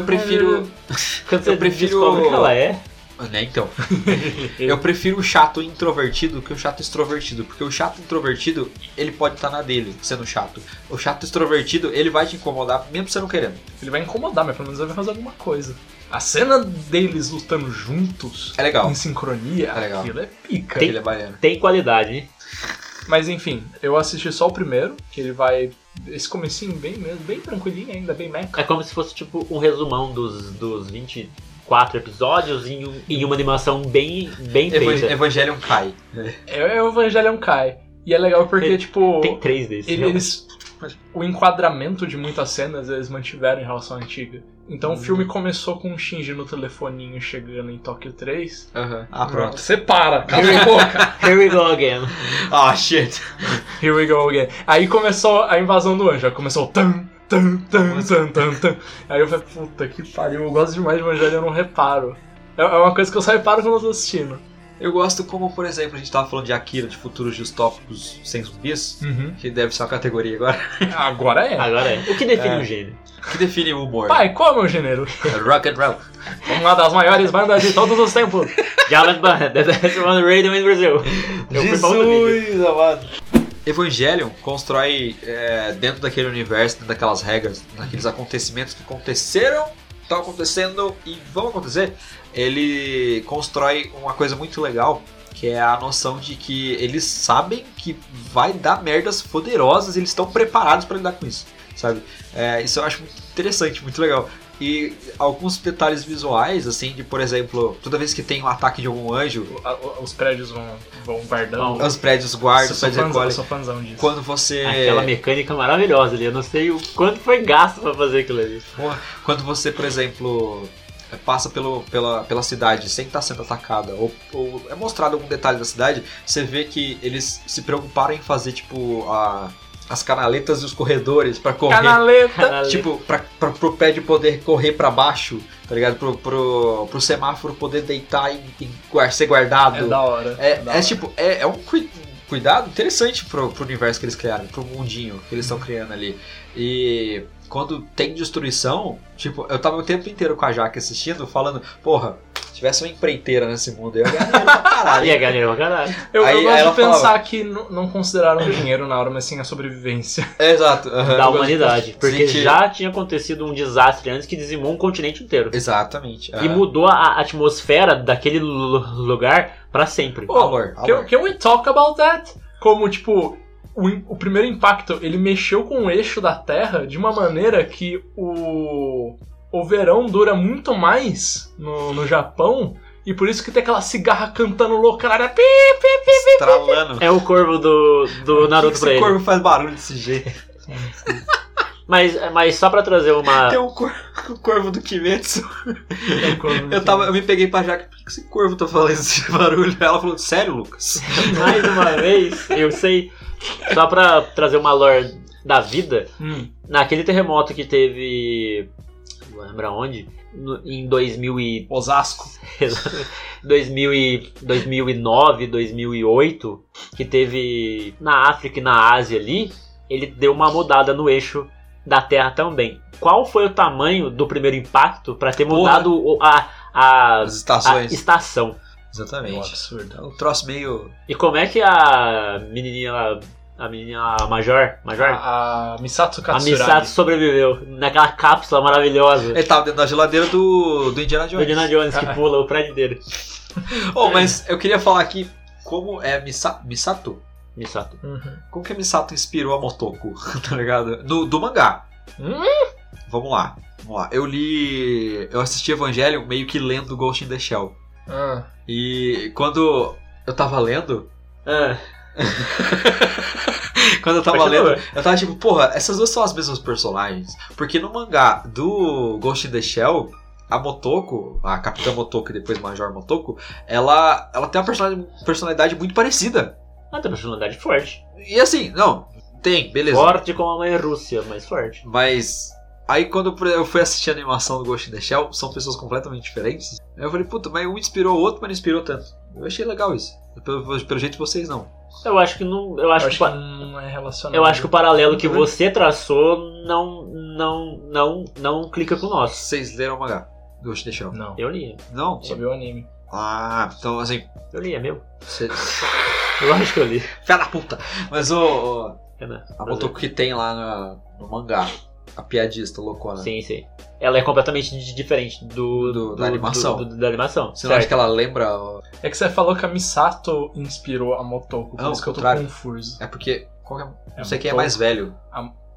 S1: Eu
S2: prefiro.
S1: prefiro.
S3: Quando você
S1: eu prefiro-
S3: descobre que ela é.
S1: Né, então. eu prefiro o chato introvertido que o chato extrovertido, porque o chato introvertido, ele pode estar na dele, sendo chato. O chato extrovertido, ele vai te incomodar, mesmo você não querendo.
S2: Ele vai incomodar, mas pelo menos ele vai fazer alguma coisa. A cena deles lutando juntos,
S1: É legal.
S2: em sincronia,
S1: É legal.
S2: aquilo é pica.
S3: Tem-
S1: Ele é baiano.
S3: Tem qualidade, hein?
S2: Mas enfim, eu assisti só o primeiro, que ele vai. Esse comecinho bem mesmo, bem tranquilinho ainda, bem meca.
S3: É como se fosse tipo um resumão dos, dos 24 episódios em, um- em uma animação bem, bem
S1: Evan-
S3: feita.
S1: Evangelion cai.
S2: É, é o Evangelion Kai. E é legal porque,
S3: Ele-
S1: é,
S2: tipo.
S3: Tem três desses. realmente.
S2: eles o enquadramento de muitas cenas eles mantiveram em relação à antiga. Então o filme começou com o Shinji no telefoninho chegando em Tóquio 3.
S1: Ah, pronto.
S2: Você para, cala a boca.
S3: Here we go again.
S1: Ah, shit.
S2: Here we go again. Aí começou a invasão do anjo, aí começou o tan, tan, tan, tan, tan, tan. Aí eu falei, puta que pariu, eu gosto demais de Evangelho, eu não reparo. É é uma coisa que eu só reparo quando eu tô assistindo.
S1: Eu gosto como, por exemplo, a gente tava falando de Akira, de futuros distópicos sem zumbis, que deve ser uma categoria Uhum. agora,
S2: Agora é.
S3: Agora é. O que define
S1: É.
S3: um gênio?
S1: que define o humor.
S2: Pai, qual é o meu gênero?
S1: Rock and roll.
S2: Uma das maiores bandas de todos os tempos.
S3: Javan Band, that's one radio in Brazil. Eu fui pra outro nível.
S1: amado. Evangelion constrói é, dentro daquele universo, dentro daquelas regras, daqueles acontecimentos que aconteceram, estão acontecendo e vão acontecer. Ele constrói uma coisa muito legal, que é a noção de que eles sabem que vai dar merdas poderosas e eles estão preparados para lidar com isso, sabe? É, isso eu acho muito interessante, muito legal. E alguns detalhes visuais, assim, de por exemplo, toda vez que tem um ataque de algum anjo,
S2: O- a- o- Os prédios vão, vão guardando.
S3: Bom,
S1: os prédios guardam,
S2: Eu
S1: os
S2: sou
S1: prédios
S2: fãzão, eu
S1: recolhem.
S2: sou fãzão disso.
S1: Quando você.
S3: Aquela mecânica maravilhosa ali. Eu não sei o quanto foi gasto pra fazer aquilo ali.
S1: Quando você, por exemplo, passa pelo, pela, pela cidade sem estar sendo atacada, ou, ou é mostrado algum detalhe da cidade, você vê que eles se preocuparam em fazer, tipo, a- as canaletas e os corredores pra correr.
S2: Canaleta!
S3: Cara,
S1: Tipo, pra, pra, pro pé de poder correr pra baixo, tá ligado? Pro, pro, pro semáforo poder deitar e, e guar- ser guardado.
S2: É da hora.
S1: É,
S2: da
S1: é
S2: hora.
S1: tipo, é, é um cui- cuidado interessante pro, pro universo que eles criaram, pro mundinho que eles estão criando ali. E quando tem destruição, tipo, eu tava o tempo inteiro com a Jaque assistindo, falando, porra, se tivesse uma empreiteira nesse mundo, eu ia ganhar dinheiro pra caralho.
S3: E a galera é pra caralho.
S2: Eu, eu
S1: aí-
S2: gosto
S1: aí ela
S2: de pensar
S1: falava-
S2: que n- não consideraram o dinheiro na hora, mas sim a sobrevivência.
S1: É, Exato. aham.
S3: Da humanidade. Porque
S1: Sim, que-
S3: já tinha acontecido um desastre antes que dizimou um continente inteiro.
S1: Exatamente.
S3: E
S1: aham.
S3: mudou a atmosfera daquele lu- lugar pra sempre.
S2: Pô,
S1: Valor,
S2: Can,
S1: valor.
S2: can we talk about that? Como, tipo, o, im- o primeiro impacto, ele mexeu com o eixo da Terra de uma maneira que o, o verão dura muito mais no, no Japão. E por isso que tem aquela cigarra cantando louca na área. Pi, pi, pi.
S1: Estralando.
S3: É o corvo do, do
S1: Por
S3: Naruto
S1: que
S3: pra
S1: esse
S3: ele.
S1: corvo faz barulho desse jeito.
S3: Mas, mas só pra trazer uma.
S1: Tem um cor- o corvo do Kimetsu.
S2: Quando-
S1: Eu, tava, eu me peguei pra Jaque, por que esse corvo tá fazendo esse barulho? Ela falou, sério, Lucas?
S3: Mais uma vez, eu sei. Só pra trazer uma lore da vida.
S2: Hum,
S3: Naquele terremoto que teve. Não vou lembrar onde. no- em 2000 e
S2: Osasco.
S3: 2000 e- 2009, 2008, que teve na África e na Ásia ali, ele deu uma mudada no eixo da Terra também. Qual foi o tamanho do primeiro impacto para ter
S1: Porra.
S3: mudado o- a, a,
S1: As
S3: a
S1: estações.
S3: estação?
S2: É um
S1: Exatamente. Ah, É
S2: absurdo.
S1: um troço meio.
S3: E como é que a menininha, lá- a menininha lá, a Major, Major,
S2: A, a Misato
S3: a
S2: Katsuragi.
S3: Misato sobreviveu naquela cápsula maravilhosa
S1: Ele tava dentro da geladeira do, do Indiana
S3: do
S1: Jones.
S3: Indiana Jones que pula o prédio dele.
S1: Oh, mas eu queria falar aqui como é Misa- Misato.
S3: Misato.
S2: Uhum.
S1: Como que a Misato inspirou a Motoko, tá ligado? No, do mangá.
S2: Hum?
S1: Vamos lá. Vamos lá. Eu li. Eu assisti Evangelho meio que lendo Ghost in the Shell.
S2: Ah.
S1: E quando eu tava lendo.
S3: Ah,
S1: Quando eu tava
S3: continua.
S1: lendo, eu tava tipo, porra, essas duas são as mesmas personagens. Porque no mangá do Ghost in the Shell, a Motoko, a Capitã Motoko e depois Major Motoko, ela, ela tem uma personalidade, personalidade muito parecida.
S3: Ela tem uma personalidade forte.
S1: E assim, não, tem, beleza.
S3: Forte como a mãe Rússia, mas forte.
S1: Mas aí quando por exemplo, eu fui assistir a animação do Ghost in the Shell, são pessoas completamente diferentes. Aí eu falei, puta, mas um inspirou o outro, mas não inspirou tanto. Eu achei legal isso. Pelo, pelo jeito vocês não.
S3: Eu acho que não. Eu acho,
S2: Eu
S3: que,
S2: acho
S3: pa-
S2: que não é relacionado.
S3: eu acho que o paralelo que
S2: Uhum.
S3: você traçou não, não, não, não clica com o nosso.
S1: Vocês leram o mangá do Ghost in the Shell.
S2: Não.
S3: Eu li.
S1: Não?
S2: Só vi o anime.
S1: Ah, então assim.
S3: Eu li, é meu.
S1: Você...
S3: Lógico que eu li.
S1: Fé da puta! Mas o.
S3: Renan,
S1: a
S3: prazer.
S1: Motoko que tem lá na- no, mangá. A piadista loucona.
S3: Sim, sim. Ela é completamente di- diferente do,
S1: Do- da animação.
S3: do- do- da animação.
S1: Você não acha
S3: certo.
S1: que ela lembra. ó?
S2: É que você falou que a Misato inspirou a Motoko, por
S1: Ah,
S2: isso
S1: ao
S2: que eu tô
S1: contrário.
S2: confuso.
S1: É porque. qual que é-
S2: É
S1: Não sei quem é
S2: Motoko.
S1: mais velho.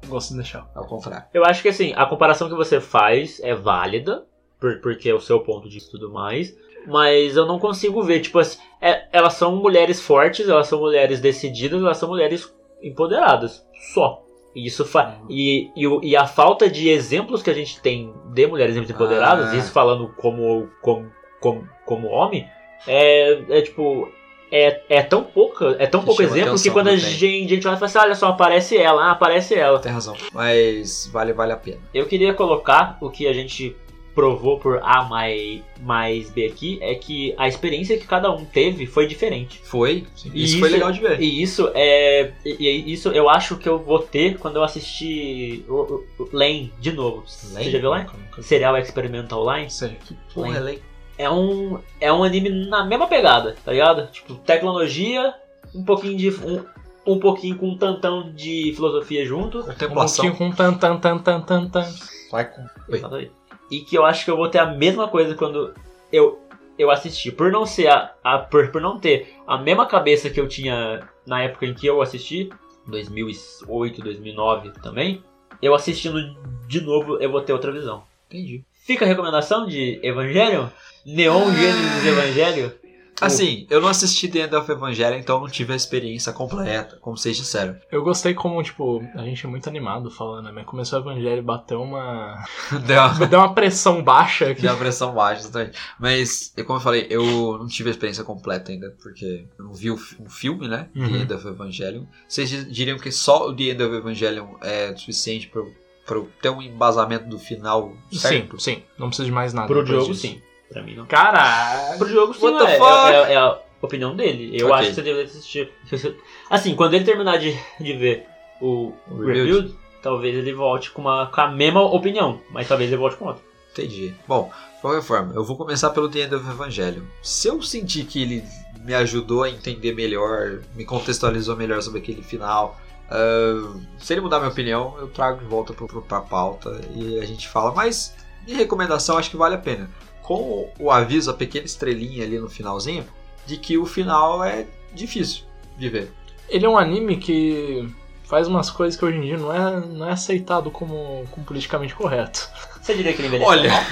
S2: Gosto de deixar.
S1: É o contrário.
S3: Eu acho que assim, a comparação que você faz é válida, por- porque é o seu ponto de vista e tudo mais. Mas eu não consigo ver, tipo assim, é- elas são mulheres fortes, elas são mulheres decididas, elas são mulheres empoderadas, só. E isso fa
S1: Uhum.
S3: e, e, o- e a falta de exemplos que a gente tem de mulheres empoderadas,
S1: Ah.
S3: isso falando como como, como, como homem, é, é tipo é, é tão pouca, é tão
S1: Que
S3: pouco
S1: chama
S3: exemplo que
S1: atenção,
S3: quando
S1: não
S3: a
S1: tem.
S3: gente, a gente olha e fala assim, olha só, aparece ela, ah, aparece ela.
S1: Tem razão. Mas vale, vale a pena.
S3: Eu queria colocar o que a gente provou por A mais, mais B aqui, é que a experiência que cada um teve foi diferente.
S1: Foi.
S3: E
S1: isso foi
S3: isso-
S1: legal de ver.
S3: E isso é. E e isso eu acho que eu vou ter quando eu assistir o, o, o Lane de novo. Você já viu Lane? Serial Experimental Lane?
S2: Sei.
S1: Porra, ela é-
S3: É um, é um anime na mesma pegada, tá ligado? Tipo, tecnologia, um pouquinho de. Um, um pouquinho com um tantão de filosofia junto.
S2: Um
S1: Contemplação.
S2: pouquinho com tan tan tan tan tan tan.
S1: Vai com. Oi.
S3: Exatamente. E que eu acho que eu vou ter a mesma coisa quando eu, eu assisti. Por não ser a. a- por, por não ter a mesma cabeça que eu tinha na época em que eu assisti, 2008, 2009 também, eu assistindo de novo, eu vou ter outra visão.
S1: Entendi.
S3: Fica a recomendação de Evangelho? Neon Gênesis Evangelho?
S1: Assim, eu não assisti The End of Evangelion, então não tive a experiência completa, como vocês disseram.
S2: Eu gostei como, tipo, a gente é muito animado falando, né? Mas começou o evangelho e bateu uma.
S1: Deu uma,
S2: Deu uma pressão baixa aqui.
S1: deu uma pressão baixa, exatamente. Mas, eu- como eu falei, eu não tive a experiência completa ainda, porque eu não vi o, fi- o filme, né?
S2: Uhum.
S1: The End of Evangelion. Vocês di- diriam que só o The End of Evangelion é suficiente pra, eu- pra eu ter um embasamento do final certo?
S2: Sim, sim. Não precisa de mais nada.
S3: Pro
S2: depois
S3: jogo,
S2: disso.
S3: sim. Pra mim, não.
S2: Caralho!
S3: Pro jogo, sim,
S1: What the
S3: é,
S1: fuck?
S3: é- é a opinião dele. Eu
S1: Ok.
S3: acho que você deveria assistir. Se você- Assim, quando ele terminar de, de ver o
S1: O Rebuild.
S3: Rebuild, talvez ele volte com, uma, com a mesma opinião, mas talvez ele volte com outra.
S1: Entendi. Bom, de qualquer forma, eu vou começar pelo The End of Evangelion. Se eu sentir que ele me ajudou a entender melhor, me contextualizou melhor sobre aquele final, ah, se ele mudar minha opinião, eu trago de volta pro, pro, pra pauta e a gente fala. Mas, de recomendação, acho que vale a pena. Com o aviso, a pequena estrelinha ali no finalzinho, de que o final é difícil de ver.
S2: Ele é um anime que faz umas coisas que hoje em dia não é, não é aceitado como, como politicamente correto.
S3: Você diria que ele envelheceu?
S1: Olha,
S3: mal?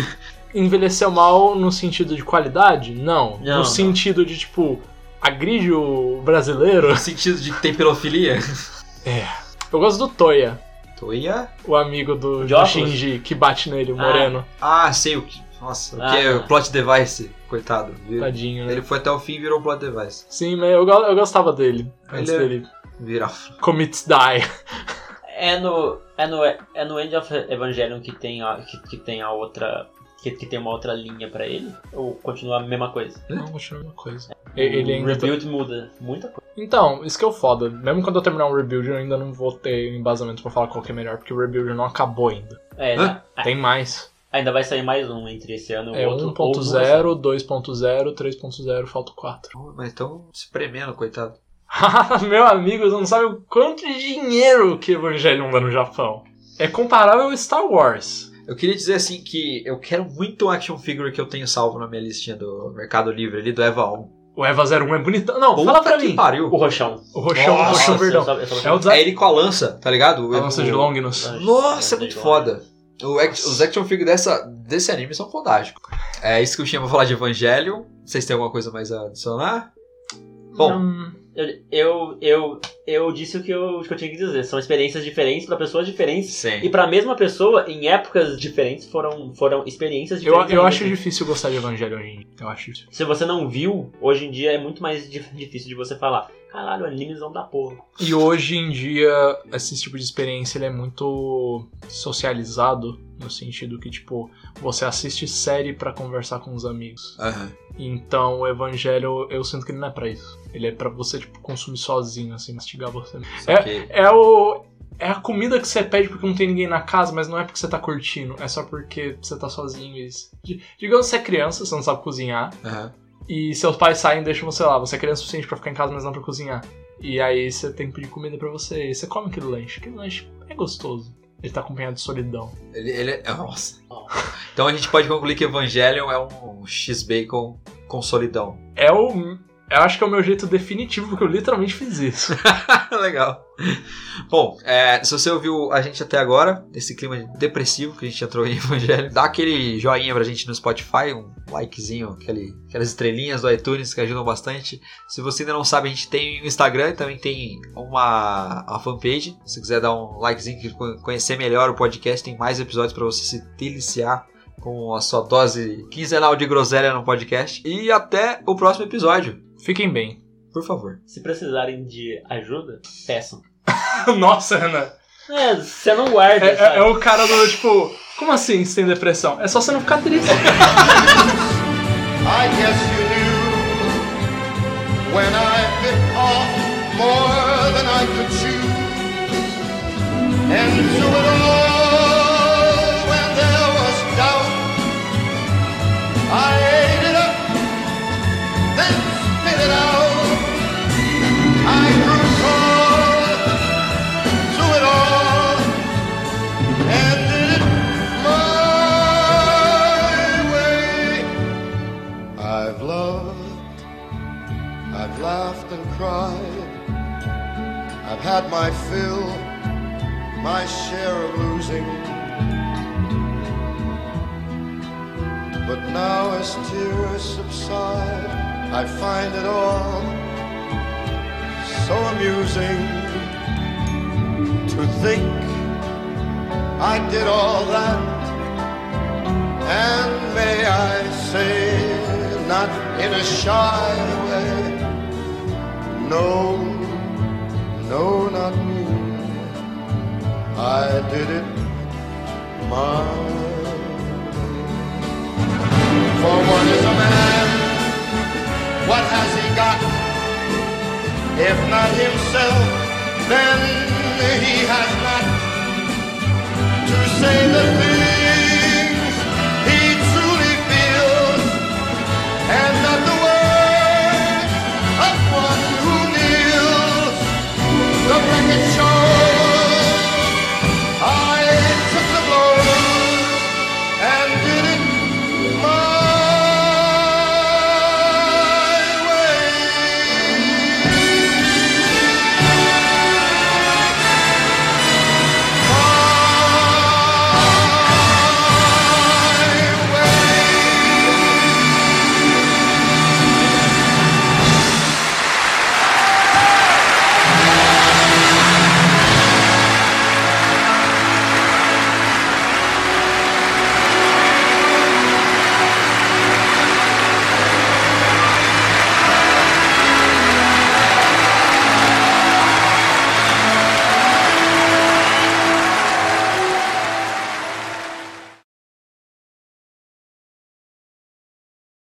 S2: Envelheceu mal no sentido de qualidade? Não.
S3: Não,
S2: no
S3: não.
S2: sentido de, tipo, agride o brasileiro?
S1: no sentido de temperofilia.
S2: Eu gosto do Toya,
S1: Toia?
S2: o amigo do,
S3: De
S2: do
S3: óculos?
S2: Shinji que bate nele, o
S3: Ah.
S2: moreno.
S1: Ah, sei o que. Nossa, o que é
S3: Ah.
S1: o plot device, coitado. viu?
S2: Tadinho, né?
S1: Ele foi até o fim e virou plot device.
S2: Sim, mas eu, go- eu gostava dele. Antes
S1: é-
S2: dele
S1: Virar.
S2: commits die.
S3: É no, é, no, é no End of Evangelion que tem a, que, que tem a outra. Que, que tem uma outra linha pra ele? Ou continua a mesma coisa?
S2: Não, continua uma coisa. E- Ele
S3: o
S2: ainda tá-
S3: Rebuild muda muita coisa.
S2: Então, isso que é o foda. Mesmo quando eu terminar o Rebuild, eu ainda não vou ter embasamento pra falar qual que é melhor, porque o Rebuild não acabou ainda.
S3: É,
S1: Hã?
S3: a-
S2: Tem mais.
S3: ainda vai sair mais um entre esse ano e
S2: É
S3: o outro. ou
S2: 1.0,
S3: duas.
S2: 2.0, 3.0, falta o 4.
S1: Mas então se premendo, coitado.
S2: Meu amigo, você não sabe o quanto de dinheiro que Evangelion dá no Japão. É comparável ao Star Wars.
S1: Eu queria dizer assim que eu quero muito o action figure que eu tenho salvo na minha listinha do Mercado Livre ali do Eva 1.
S2: O Eva 01 é bonitão. Não, fala pra
S1: que
S2: mim.
S3: O
S1: pariu.
S3: Rochão.
S2: O roxão, o
S1: Nossa,
S2: roxão verdão.
S3: eu só- eu só-
S2: É o
S1: É
S2: design.
S1: ele com a lança, tá ligado? O-
S2: A lança de
S1: o-
S2: Longinus.
S1: Nossa, é muito foda. O act- os action figures dessa, desse anime são fantásticos. É isso que eu tinha pra falar de Evangelho. Vocês têm alguma coisa mais a adicionar? Bom,
S2: Hum,
S3: Eu, eu, eu, eu disse o que eu, o que eu tinha que dizer. São experiências diferentes pra pessoas diferentes. E
S1: sim.
S3: pra mesma pessoa, em épocas diferentes, foram, foram experiências
S2: eu,
S3: diferentes.
S2: eu acho difícil gostar de Evangelho hoje em dia. Eu acho difícil.
S3: Se você não viu, hoje em dia é muito mais di- difícil de você falar. Caralho, animezão da porra.
S2: E hoje em dia, esse tipo de experiência ele é muito socializado, no sentido que, tipo, você assiste série pra conversar com os amigos.
S1: Aham.
S2: Então, o Evangelho, eu sinto que ele não é pra isso. Ele é pra você, tipo, consumir sozinho, assim, mastigar você.
S1: Saquei.
S2: É o. É a comida que você pede porque não tem ninguém na casa, mas não é porque você tá curtindo, é só porque você tá sozinho. E... Digamos que você é criança, você não sabe cozinhar,
S1: Aham.
S2: e seus pais saem e deixam, sei lá, você é criança o suficiente pra ficar em casa, mas não pra cozinhar. E aí você tem que pedir comida pra você. E você come aquele lanche. Aquele lanche é gostoso. Ele tá acompanhado de solidão.
S1: Ele, ele é. Nossa. Então a gente pode concluir que Evangelion é um X-Bacon com solidão.
S2: É o. Eu acho que é o meu jeito definitivo, porque eu literalmente fiz isso.
S1: Legal. Bom, é, se você ouviu a gente até agora, nesse clima depressivo que a gente entrou em Evangelho, dá aquele joinha pra gente no Spotify, um likezinho, aquele- aquelas estrelinhas do iTunes que ajudam bastante. Se você ainda não sabe, a gente tem o Instagram e também tem uma, uma fanpage. Se quiser dar um likezinho, que con- conhecer melhor o podcast, tem mais episódios pra você se deliciar com a sua dose quinzenal de groselha no podcast. E até o próximo episódio,
S2: Fiquem bem.
S1: por favor.
S3: Se precisarem de ajuda, peçam.
S2: Nossa, Renan.
S3: É, você não guarda,
S2: É, é-
S3: sabe?
S2: é o cara do tipo, como assim você tem depressão? É só você não ficar triste.
S6: I guess you knew when I bit off more than I could chew. And through it all, when there was doubt, I ate it up, then spit it out. I grew cold through it all, and did it my way. I've loved, I've laughed and cried. I've had my fill, my share of losing. But now, as tears subside, I find it all so amusing to think I did all that. And may I say, not in a shy way, no, no, not me. I did it my way. For what is a man? What has he got? If not himself, then he has not to say that.